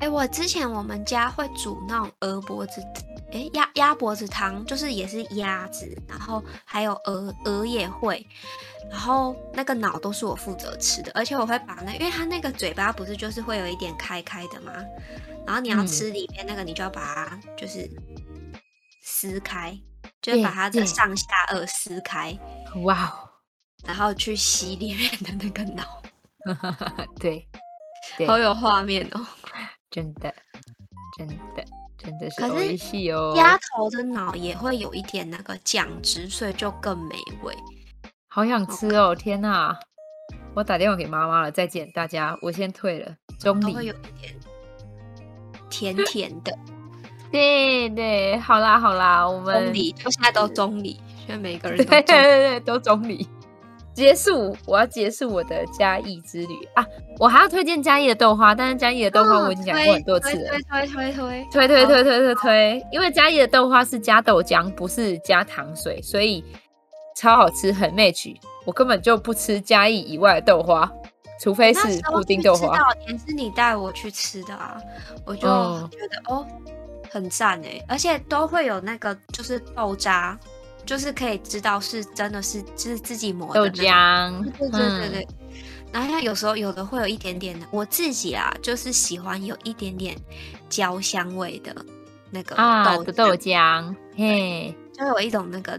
S2: 哎、我之前我们家会煮那种鹅脖子，哎、鸭鸭脖子汤，就是也是鸭子，然后还有鹅鹅也会，然后那个脑都是我负责吃的，而且我会把那，因为它那个嘴巴不是就是会有一点开开的吗？然后你要
S1: 嗯
S2: 吃里面那个，你就要把它就是撕开，就是
S1: 对
S2: 把它的
S1: 对
S2: 上下颚撕开，
S1: 哇哦，
S2: 然后去洗里面的那个脑，
S1: 对，对
S2: 好有画面哦。
S1: 真的，真的，真的是
S2: 可是
S1: 欧一系哦，
S2: 鸭头的脑也会有一点那个酱汁，所以就更美味。
S1: 好想吃哦！天哪，我打电话给妈妈了，再见大家，我先退了。中
S2: 嗯都会
S1: 里
S2: 有，一点 甜甜的
S1: 对对，好啦好啦，我们
S2: 棕榈，就现在都棕榈，现在每个人
S1: 对
S2: 都
S1: 对
S2: 棕榈。
S1: 对，都中里。结束，我要结束我的嘉义之旅啊！我还要推荐嘉义的豆花，但是嘉义的豆花我已经讲过很多欸次了
S2: 啊推。推推推推，
S1: 推推
S2: 好
S1: 推推推推，因为嘉义的豆花是加豆浆，不是加糖水，所以超好吃，很 match。我根本就不吃嘉义以外的豆花，除非
S2: 那
S1: 是
S2: 时候
S1: 布丁
S2: 去
S1: 豆啊
S2: 吃
S1: 花。
S2: 到也是你带我去吃的啊，我就
S1: 哦
S2: 觉得哦很赞哎，而且都会有那个就是豆渣，就是可以知道是真的是是自己磨的
S1: 豆
S2: 那种
S1: 浆，
S2: 对对对
S1: 嗯
S2: 对。然后它有时候有的会有一点点的，我自己啊，就是喜欢有一点点焦香味的那个
S1: 啊
S2: 豆
S1: 的
S2: 子，
S1: 豆浆，嘿，
S2: 就有一种那个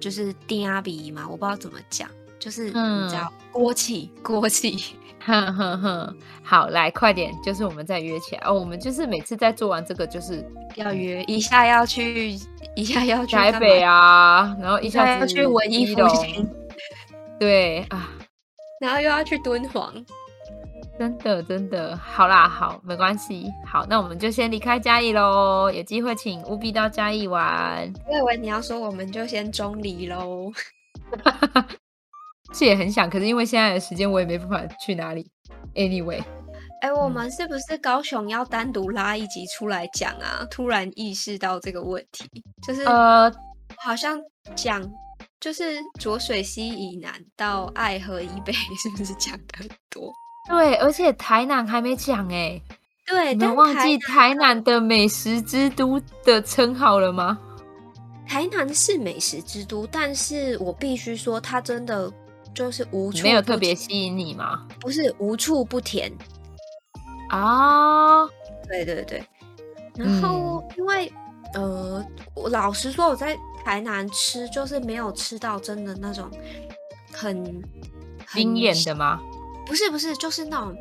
S2: 就是丁阿鼻嘛，我不知道怎么讲，就是
S1: 嗯
S2: 你知道锅气锅气，
S1: 哼哼哼，好，来快点，就是我们再约起来哦。我们就是每次在做完这个，就是
S2: 要约一下要去一下要去
S1: 台
S2: 干
S1: 北
S2: 嘛，
S1: 啊，然后一
S2: 一
S1: 下
S2: 下
S1: 子
S2: 要去文艺
S1: 基
S2: 复
S1: 隆
S2: 兴，
S1: 对啊，
S2: 然后又要去敦煌，
S1: 真的真的，好啦，好，没关系，好，那我们就先离开嘉义喽。有机会请务必到嘉义玩，
S2: 我以为你要说我们就先中离喽。
S1: 是也很想，可是因为现在的时间，我也没办法去哪里。Anyway，
S2: 哎、我
S1: 嗯
S2: 们是不是高雄要单独拉一集出来讲啊？突然意识到这个问题，就是
S1: 呃，
S2: 好像讲就是浊水溪以南到爱河以北， 是不是讲的很多？
S1: 对，而且台南还没讲哎、
S2: 对，
S1: 你
S2: 但
S1: 们忘
S2: 台啊
S1: 记台南的美食之都的称号了吗？
S2: 台南是美食之都，但是我必须说，它真的就是无处
S1: 没有
S2: 不
S1: 特别
S2: 甜，
S1: 吸引你吗？
S2: 不是无处不甜。哦
S1: 啊、
S2: 对对对，然后
S1: 嗯
S2: 因为、呃，我老实说，我在台南吃就是没有吃到真的那种很
S1: 惊艳，的
S2: 很
S1: 吗？
S2: 不是不是，就是那种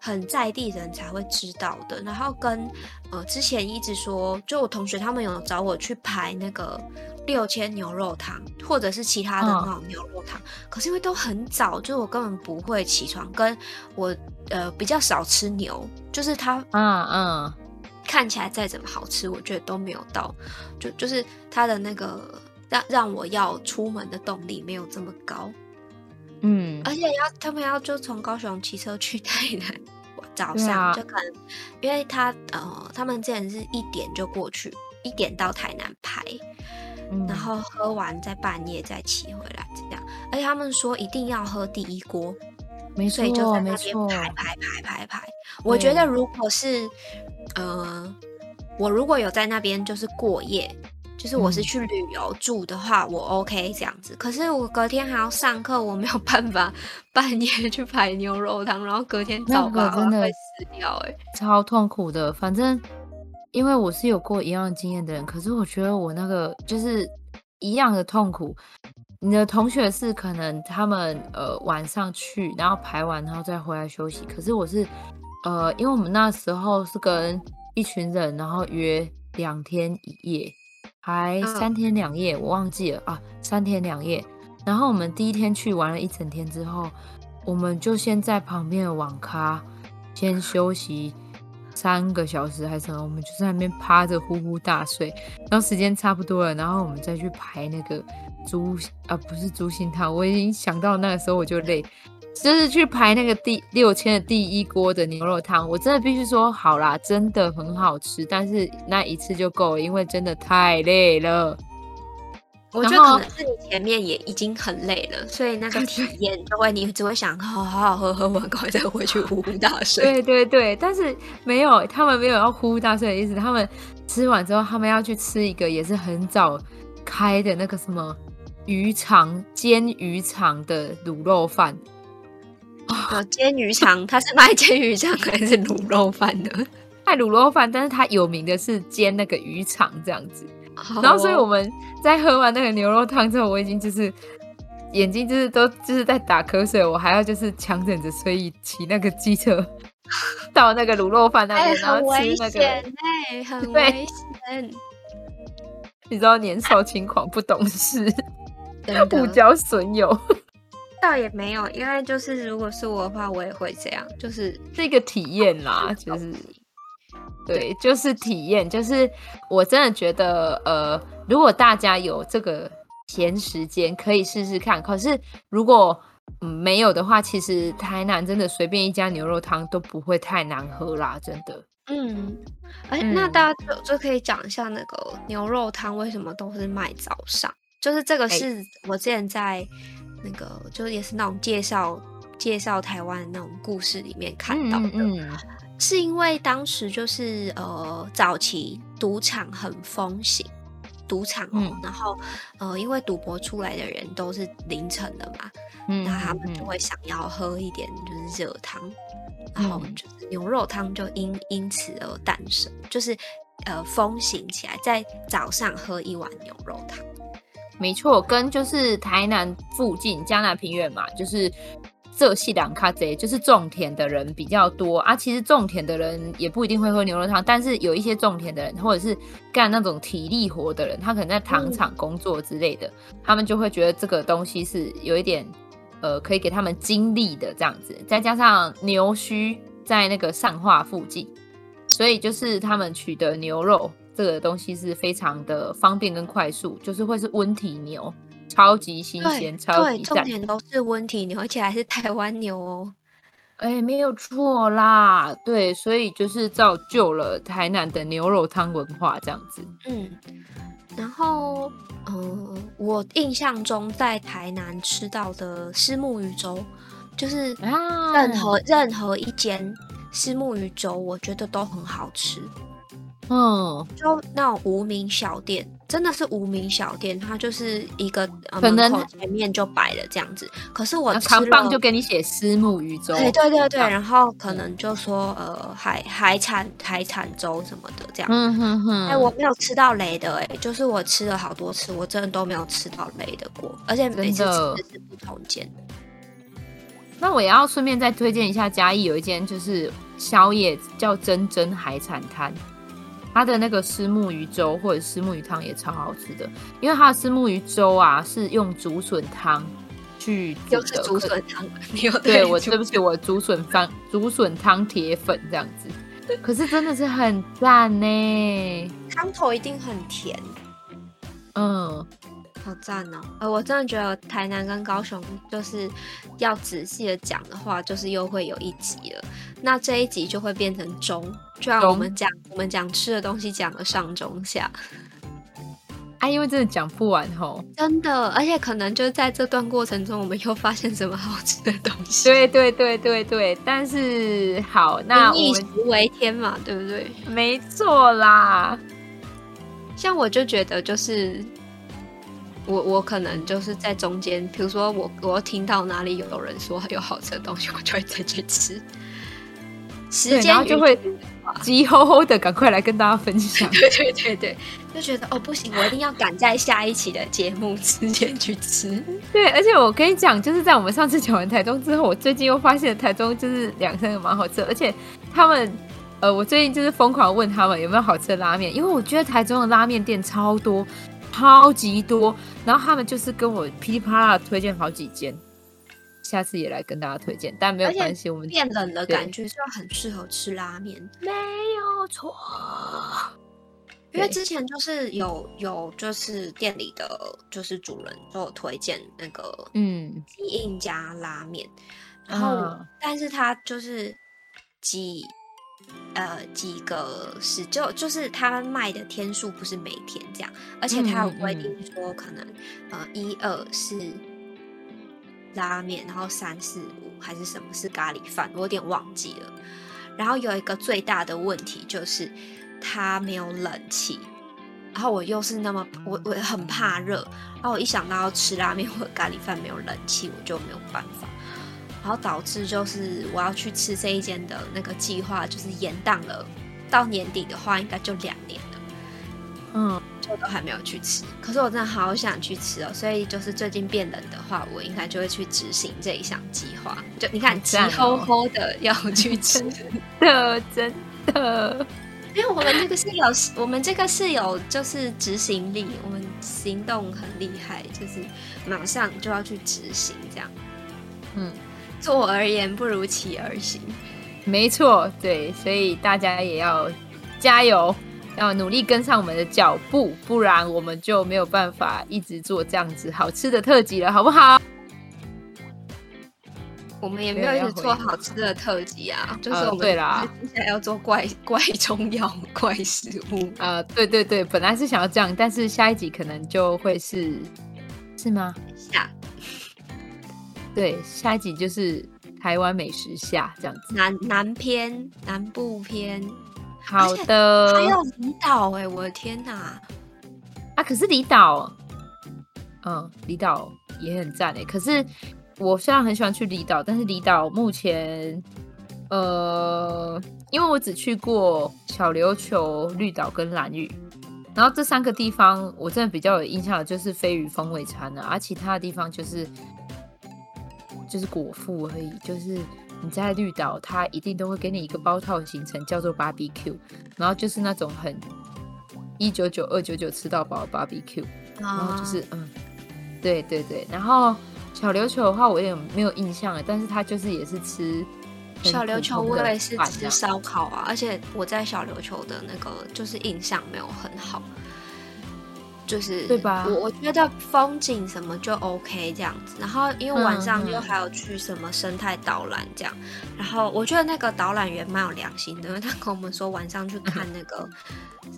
S2: 很在地人才会知道的。然后跟呃之前一直说，就我同学他们有找我去排那个六千牛肉汤，或者是其他的
S1: 嗯
S2: 那种牛肉汤，可是因为都很早，就是我根本不会起床，跟我呃比较少吃牛，就是它
S1: 嗯嗯，
S2: 呃看起来再怎么好吃，我觉得都没有到，就就是它的那个让让我要出门的动力没有这么高，
S1: 嗯，
S2: 而且要他们要就从高雄骑车去台南，我早
S1: 对
S2: 上、
S1: 啊
S2: 就可能因为他呃他们之前是一点就过去，一点到台南排，
S1: 嗯
S2: 然后喝完再半夜再骑回来这样，而且他们说一定要喝第一锅，
S1: 没
S2: 所以就
S1: 错
S2: 在
S1: 没
S2: 那边
S1: 错，
S2: 排排排排排。我觉
S1: 对
S2: 得如果是，呃，我如果有在那边就是过夜，就是我是
S1: 嗯
S2: 去旅游住的话，我 OK 这样子。可是我隔天还要上课，我没有办法半夜去排牛肉汤，然后隔天早
S1: 那个
S2: 八
S1: 真的
S2: 会死掉哎、
S1: 超痛苦的。反正因为我是有过一样的经验的人，可是我觉得我那个就是一样的痛苦。你的同学是可能他们呃晚上去，然后排完然后再回来休息，可是我是呃，因为我们那时候是跟一群人，然后约两天一夜，还
S2: 嗯
S1: 三天两夜，我忘记了啊，三天两夜。然后我们第一天去玩了一整天之后，我们就先在旁边的网咖先休息三个小时还是什么，我们就在那边趴着呼呼大睡。然后时间差不多了，然后我们再去排那个猪啊，不是猪心汤，我已经想到那个时候我就累，就是去排那个第六千的第一锅的牛肉汤，我真的必须说好啦，真的很好吃，但是那一次就够了，因为真的太累了。
S2: 我
S1: 然
S2: 觉得可
S1: 后
S2: 能是你前面也已经很累了，所以那个体验就会你只会想好好好喝喝完，赶快再回去呼呼大睡。
S1: 对对对，但是没有，他们没有要呼呼大睡的意思。他们吃完之后，他们要去吃一个也是很早开的那个什么鱼肠煎鱼肠的卤肉饭，
S2: 啊，煎鱼肠，他是卖煎鱼肠还是卤肉饭的？
S1: 卖卤肉饭，但是它有名的是煎那个鱼肠这样子。
S2: 哦
S1: 然后，所以我们在喝完那个牛肉汤之后，我已经就是眼睛就是都就是在打瞌睡，我还要就是强忍着睡意骑那个机车 到那个卤肉饭那
S2: 哎、
S1: 边，然
S2: 很
S1: 后吃
S2: 危
S1: 那
S2: 险
S1: 个，
S2: 哎、很
S1: 对
S2: 危 险，
S1: 你知道年少轻狂不懂事，
S2: 真
S1: 不
S2: 的。
S1: 交损友
S2: 倒也没有，因为就是如果是我的话，我也会这样，就是
S1: 是一个体验啦，就是对，就是体验，就是我真的觉得，呃，如果大家有这个闲时间，可以试试看。可是如果、嗯、没有的话，其实台南真的随便一家牛肉汤都不会太难喝啦，真的。
S2: 嗯，而且那
S1: 嗯
S2: 大家就就可以讲一下那个牛肉汤为什么都是卖早上，就是这个
S1: 哎
S2: 是我之前在那个就是也是那种介绍介绍台湾的那种故事里面看到的，
S1: 嗯
S2: 是因为当时就是呃早期赌场很风行，赌场哦，
S1: 嗯
S2: 然后呃因为赌博出来的人都是凌晨的嘛，
S1: 嗯
S2: 那他们就
S1: 嗯
S2: 会想要喝一点就是热汤，然后
S1: 嗯
S2: 就是牛肉汤就因因此而诞生，就是呃风行起来，在早上喝一碗牛肉汤。
S1: 没错，跟就是台南附近江南平原嘛，就是这系两咖贼，就是种田的人比较多啊。其实种田的人也不一定会喝牛肉汤，但是有一些种田的人，或者是干那种体力活的人，他可能在糖厂工作之类的，他们就会觉得这个东西是有一点呃，可以给他们精力的这样子。再加上牛墟在那个上化附近，所以就是他们取得牛肉这个东西是非常的方便跟快速，就是会是温体牛，超级新鲜，超
S2: 对，
S1: 级
S2: 重
S1: 赞。
S2: 点都是温体牛，而且还是台湾牛哦。
S1: 哎，没有错啦，对，所以就是造就了台南的牛肉汤文化这样子。
S2: 嗯，然后嗯、呃我印象中在台南吃到的虱目鱼粥，就是
S1: 啊
S2: 任何、任何一间虱目鱼粥，我觉得都很好吃。
S1: 嗯，
S2: 就那种无名小店，真的是无名小店，它就是一个、呃、
S1: 可能
S2: 门口前面就摆了这样子。可是我
S1: 那
S2: 吃
S1: 扛棒就
S2: 了，
S1: 给你写虱目鱼粥。
S2: 对对对对，
S1: 啊
S2: 然后可能就说呃海海产海产粥什么的这样。
S1: 嗯哼哼，
S2: 哎、我没有吃到雷的、哎，就是我吃了好多次，我真的都没有吃到雷的过，而且每次
S1: 真
S2: 吃
S1: 的
S2: 的是不同间。
S1: 那我也要顺便再推荐一下嘉义有一间就是宵夜叫珍珍海产摊，它的那个虱目鱼粥或者虱目鱼汤也超好吃的，因为它的虱目鱼粥啊是用竹笋汤去煮
S2: 又
S1: 的
S2: 是，竹
S1: 可
S2: 笋汤，你又
S1: 对我
S2: 竹
S1: 对不起我竹笋汤竹笋汤铁粉这样子，可是真的是很赞呢，
S2: 汤头一定很甜，
S1: 嗯。
S2: 好赞哦！呃，我真的觉得台南跟高雄就是要仔细的讲的话，就是又会有一集了。那这一集就会变成中，就像我
S1: 中
S2: 们讲我们讲吃的东西讲了上中下，
S1: 啊，因为真的讲不完吼，
S2: 真的。而且可能就是在这段过程中，我们又发现什么好吃的东西。
S1: 对对对对对，但是好，
S2: 民
S1: 那我
S2: 以
S1: 们
S2: 食为天嘛，对不对？
S1: 没错啦。
S2: 像我就觉得就是。我我可能就是在中间，比如说我我听到哪里有人说有好吃的东西，我 就会再去吃。时
S1: 对，然后
S2: 间
S1: 就
S2: 与。
S1: 会急吼吼的赶快来跟大家分 享
S2: 对对对对，就觉得哦不行，我一定要赶在下一期的节目之前去吃。
S1: 对，而且我跟你讲，就是在我们上次讲完台中之后，我最近又发现台中就是两三个蛮好吃的，而且他们，呃，我最近就是疯狂问他们有没有好吃的拉面，因为我觉得台中的拉面店超多，超级多，然后他们就是跟我噼里啪啦地推荐好几间，下次也来跟大家推荐，但没有
S2: 而且
S1: 关系，我们
S2: 变冷的
S1: 对
S2: 感觉就很适合吃拉面，
S1: 没有错，
S2: 因为
S1: 对
S2: 之前就是有有就是店里的就是主人都有推荐那个
S1: 嗯，
S2: 鸡印加拉面，然后我、
S1: 啊
S2: 但是它就是几呃几个是就就是它卖的天数不是每天这样，而且它有
S1: 嗯嗯
S2: 规
S1: 嗯
S2: 定说可能、呃一二是拉面，然后三四五还是什么是咖喱饭，我有点忘记了。然后有一个最大的问题就是它没有冷气。然后我又是那么我我很怕热，然后我一想到要吃拉面或者咖喱饭没有冷气，我就没有办法。然后导致就是我要去吃这一间的那个计划就是延宕了，到年底的话应该就两年了，
S1: 嗯，
S2: 就都还没有去吃。可是我真的好想去吃哦，所以就是最近变冷的话，我应该就会去执行这一项计划。就你看，
S1: 好
S2: 急
S1: 赞
S2: 吼
S1: 哦
S2: 吼的要去吃，
S1: 哦 的真的，
S2: 因为我们这个是有，我们这个是有就是执行力，我们行动很厉害，就是马上就要去执行这样。
S1: 嗯。
S2: 坐而言不如起而行。
S1: 没错，对，所以大家也要加油，要努力跟上我们的脚步，不然我们就没有办法一直做这样子好吃的特辑了，好不好？
S2: 我们也
S1: 没
S2: 没
S1: 有
S2: 有一
S1: 要
S2: 直
S1: 回
S2: 做
S1: 应
S2: 好吃的特辑啊，就是
S1: 啊呃
S2: 我们
S1: 对啦，
S2: 接下来要做怪 怪中药、怪食物。
S1: 呃，对对对，本来是想要这样，但是下一集可能就会是，是吗？
S2: 下
S1: 对，下一集就是台湾美食下这样子。
S2: 南南篇、南部篇，
S1: 好
S2: 还
S1: 的，
S2: 有离岛哎，我的天哪！
S1: 啊，可是离岛，嗯，离岛也很赞诶。欸可是我虽然很喜欢去离岛，但是离岛目前，呃，因为我只去过小琉球、绿岛跟蓝屿，然后这三个地方我真的比较有印象的就是飞鱼风味餐了、啊，而、其他的地方就是就是果腹而已，就是。你在绿岛，它一定都会给你一个包套行程，叫做 BBQ，然后就是那种很一九九二九九吃到饱的 BBQ，然
S2: 啊
S1: 后就是嗯，对对对，然后小琉球的话我也没有印象了，但是它就是也是吃很
S2: 小琉
S1: 普
S2: 球，
S1: 通
S2: 我
S1: 的
S2: 也是
S1: 饭这
S2: 吃
S1: 样
S2: 烧烤啊，而且我在小琉球的那个就是印象没有很好，就是
S1: 对吧
S2: 我我觉得风景什么就 OK 这样子，然后因为晚上
S1: 嗯
S2: 又
S1: 嗯
S2: 还有去什么生态导览这样，然后我觉得那个导览员蛮有良心的，因为他跟我们说晚上去看那个。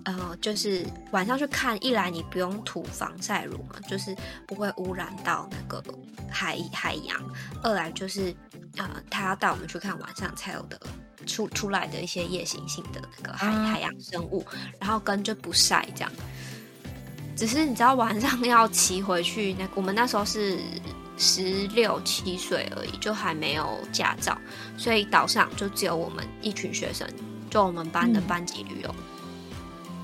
S2: 呃，就是晚上去看，一来你不用涂防晒乳嘛，就是不会污染到那个海海洋；二来就是呃，他要带我们去看晚上才有的出出来的一些夜行性的那个海、
S1: 啊
S2: 海洋生物，然后跟就不晒这样。只是你知道晚上要骑回去，那我们那时候是十六七岁而已，就还没有驾照，所以岛上就只有我们一群学生，就我们班的
S1: 嗯
S2: 班级旅游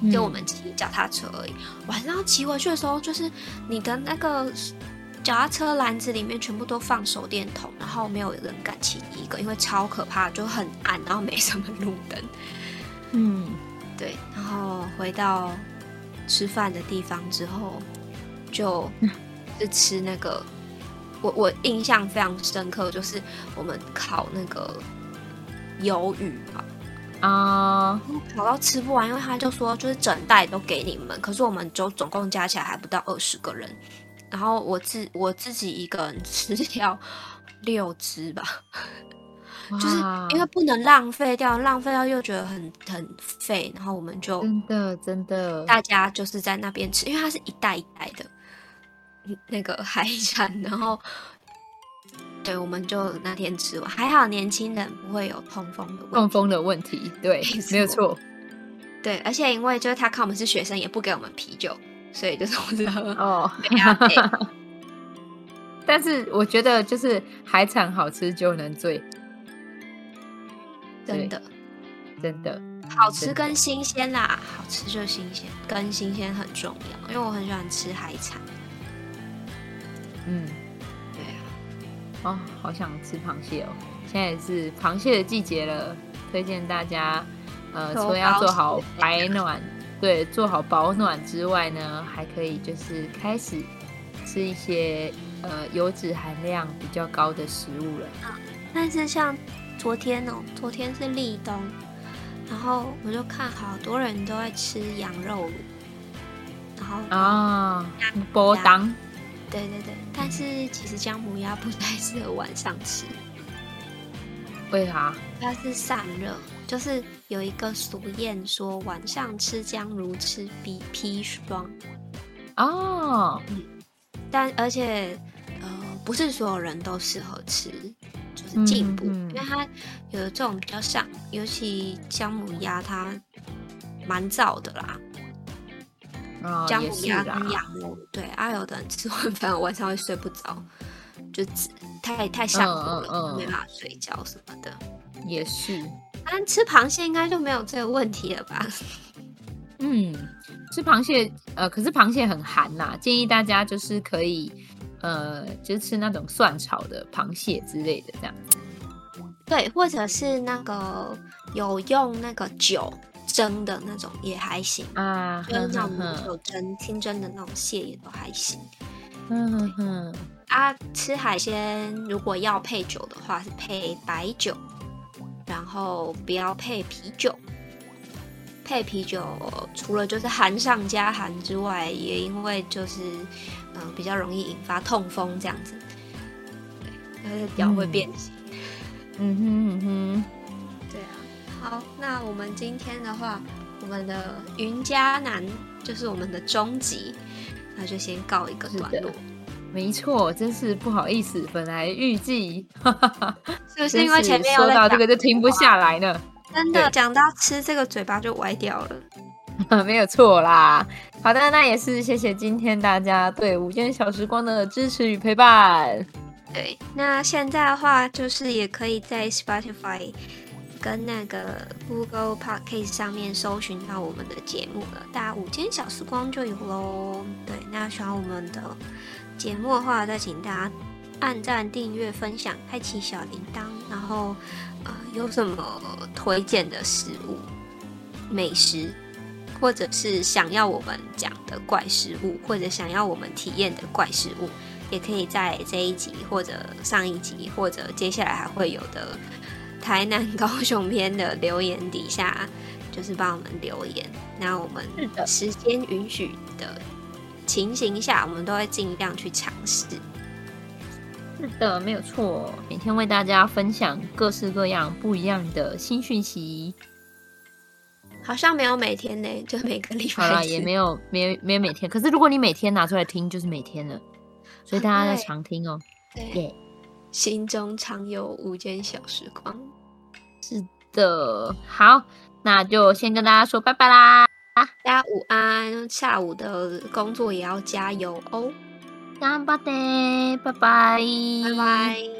S1: 嗯
S2: 就我们骑脚踏车而已。晚上骑回去的时候，就是你的那个脚踏车篮子里面全部都放手电筒，然后没有人敢骑一个，因为超可怕，就很暗，然后没什么路灯。
S1: 嗯，
S2: 对，然后回到吃饭的地方之后，就是吃那个，我我印象非常深刻，就是我们烤那个鱿鱼吧。
S1: 啊、
S2: 烤到吃不完，因为他就说就是整袋都给你们，可是我们就总共加起来还不到二十个人，然后我自我自己一个人吃掉六只吧，就是
S1: 哇
S2: 因为不能浪费掉，浪费掉又觉得很很费，然后我们就
S1: 真的真的，
S2: 大家就是在那边吃，因为它是一袋一袋的嗯那个海产，然后对，我们就那天吃完，还好年轻人不会有痛风的问题，
S1: 中风的问题，对
S2: 没，错
S1: 没有错，
S2: 对，而且因为就是他看我们是学生，也不给我们啤酒，所以就是我们 喝
S1: 哦，
S2: 咖 啡。
S1: 但是我觉得就是海产好吃就能醉，
S2: 真的，
S1: 真的。
S2: 好吃跟新鲜啦，好吃就新鲜，跟新鲜很重要，因为我很喜欢吃海产。
S1: 嗯，
S2: 对啊，
S1: 哦，好想吃螃蟹哦！现在也是螃蟹的季节了，推荐大家，呃，除
S2: 做
S1: 了要做
S2: 保
S1: 好
S2: 险
S1: 保暖，对，做好保暖之外呢，还可以就是开始吃一些呃油脂含量比较高的食物了。
S2: 嗯但是像昨天哦，昨天是立冬，然后我就看好多人都在吃羊肉炉，然后
S1: 啊，
S2: 嗯
S1: 波当
S2: 对对对，但是其实姜母鸭不 太适合晚上吃，
S1: 为啥？
S2: 它是散热，就是有一个俗谚说晚上吃姜如吃砒砒霜，
S1: 哦，
S2: 但而且呃不是所有人都适合吃，就是进补，
S1: 嗯嗯
S2: 因为它有的这种比较上，尤其姜母鸭它蛮燥的啦，
S1: 哦，
S2: 姜
S1: 也
S2: 母
S1: 是
S2: 鸭
S1: 啦
S2: 跟，羊肉，对，啊有的人吃完饭晚上会睡不着，就只太太上火了，
S1: 嗯嗯嗯
S2: 没办法睡觉什么的。
S1: 也是。
S2: 但吃螃蟹应该就没有这个问题了吧？
S1: 嗯，吃螃蟹，呃，可是螃蟹很寒呐、建议大家就是可以，呃，就是吃那种蒜炒的螃蟹之类的，这样
S2: 对，或者是那个有用那个酒蒸的那种也还行，
S1: 啊，
S2: 就是
S1: 哼
S2: 那
S1: 哼
S2: 种
S1: 哼
S2: 酒蒸、清蒸的那种蟹也都还行。
S1: 哼哼哼，
S2: 啊，吃海鲜如果要配酒的话，是配白酒，然后不要配啤酒。配啤酒除了就是寒上加寒之外，也因为就是嗯、呃比较容易引发痛风这样子，对，就是脚会
S1: 嗯
S2: 变形。
S1: 嗯哼嗯哼，
S2: 对啊，好，那我们今天的话，我们的云嘉南就是我们的终极，那就先告一个
S1: 是
S2: 段
S1: 的
S2: 落，
S1: 没错，真是不好意思，本来预计，
S2: 是不是
S1: 真
S2: 因为前面有
S1: 说
S2: 在
S1: 到这
S2: 讲
S1: 个就停不下来呢，
S2: 真的讲到吃这个，嘴巴就歪掉了。
S1: 没有错啦。好的，那也是谢谢今天大家对午间小时光的支持与陪伴。
S2: 对，那现在的话，就是也可以在 Spotify 跟那个 Google Podcast 上面搜寻到我们的节目了，大家午间小时光就有喽。对，那喜欢我们的节目的话，再请大家按赞、订阅、分享、开启小铃铛，然后呃，有什么推荐的食物、美食，或者是想要我们讲的怪食物，或者想要我们体验的怪食物，也可以在这一集或者上一集或者接下来还会有的台南高雄篇的留言底下，就是帮我们留言。那我们
S1: 是的
S2: 时间允许的情形下，我们都会尽量去尝试。
S1: 是的，没有错，每天为大家分享各式各样不一样的新讯息。
S2: 好像没有每天呢， 就每个礼
S1: 好
S2: 拜
S1: 了，
S2: 一次
S1: 也没有没没有每天，可是如果你每天拿出来听，就是每天了，所以大家要常听哦。
S2: 对
S1: 耶，
S2: 心中常有无间小时光。
S1: 的，好，那就先跟大家说拜拜啦，
S2: 大家午安，下午的工作也要加油哦，
S1: 干巴的，拜拜，
S2: 拜。拜。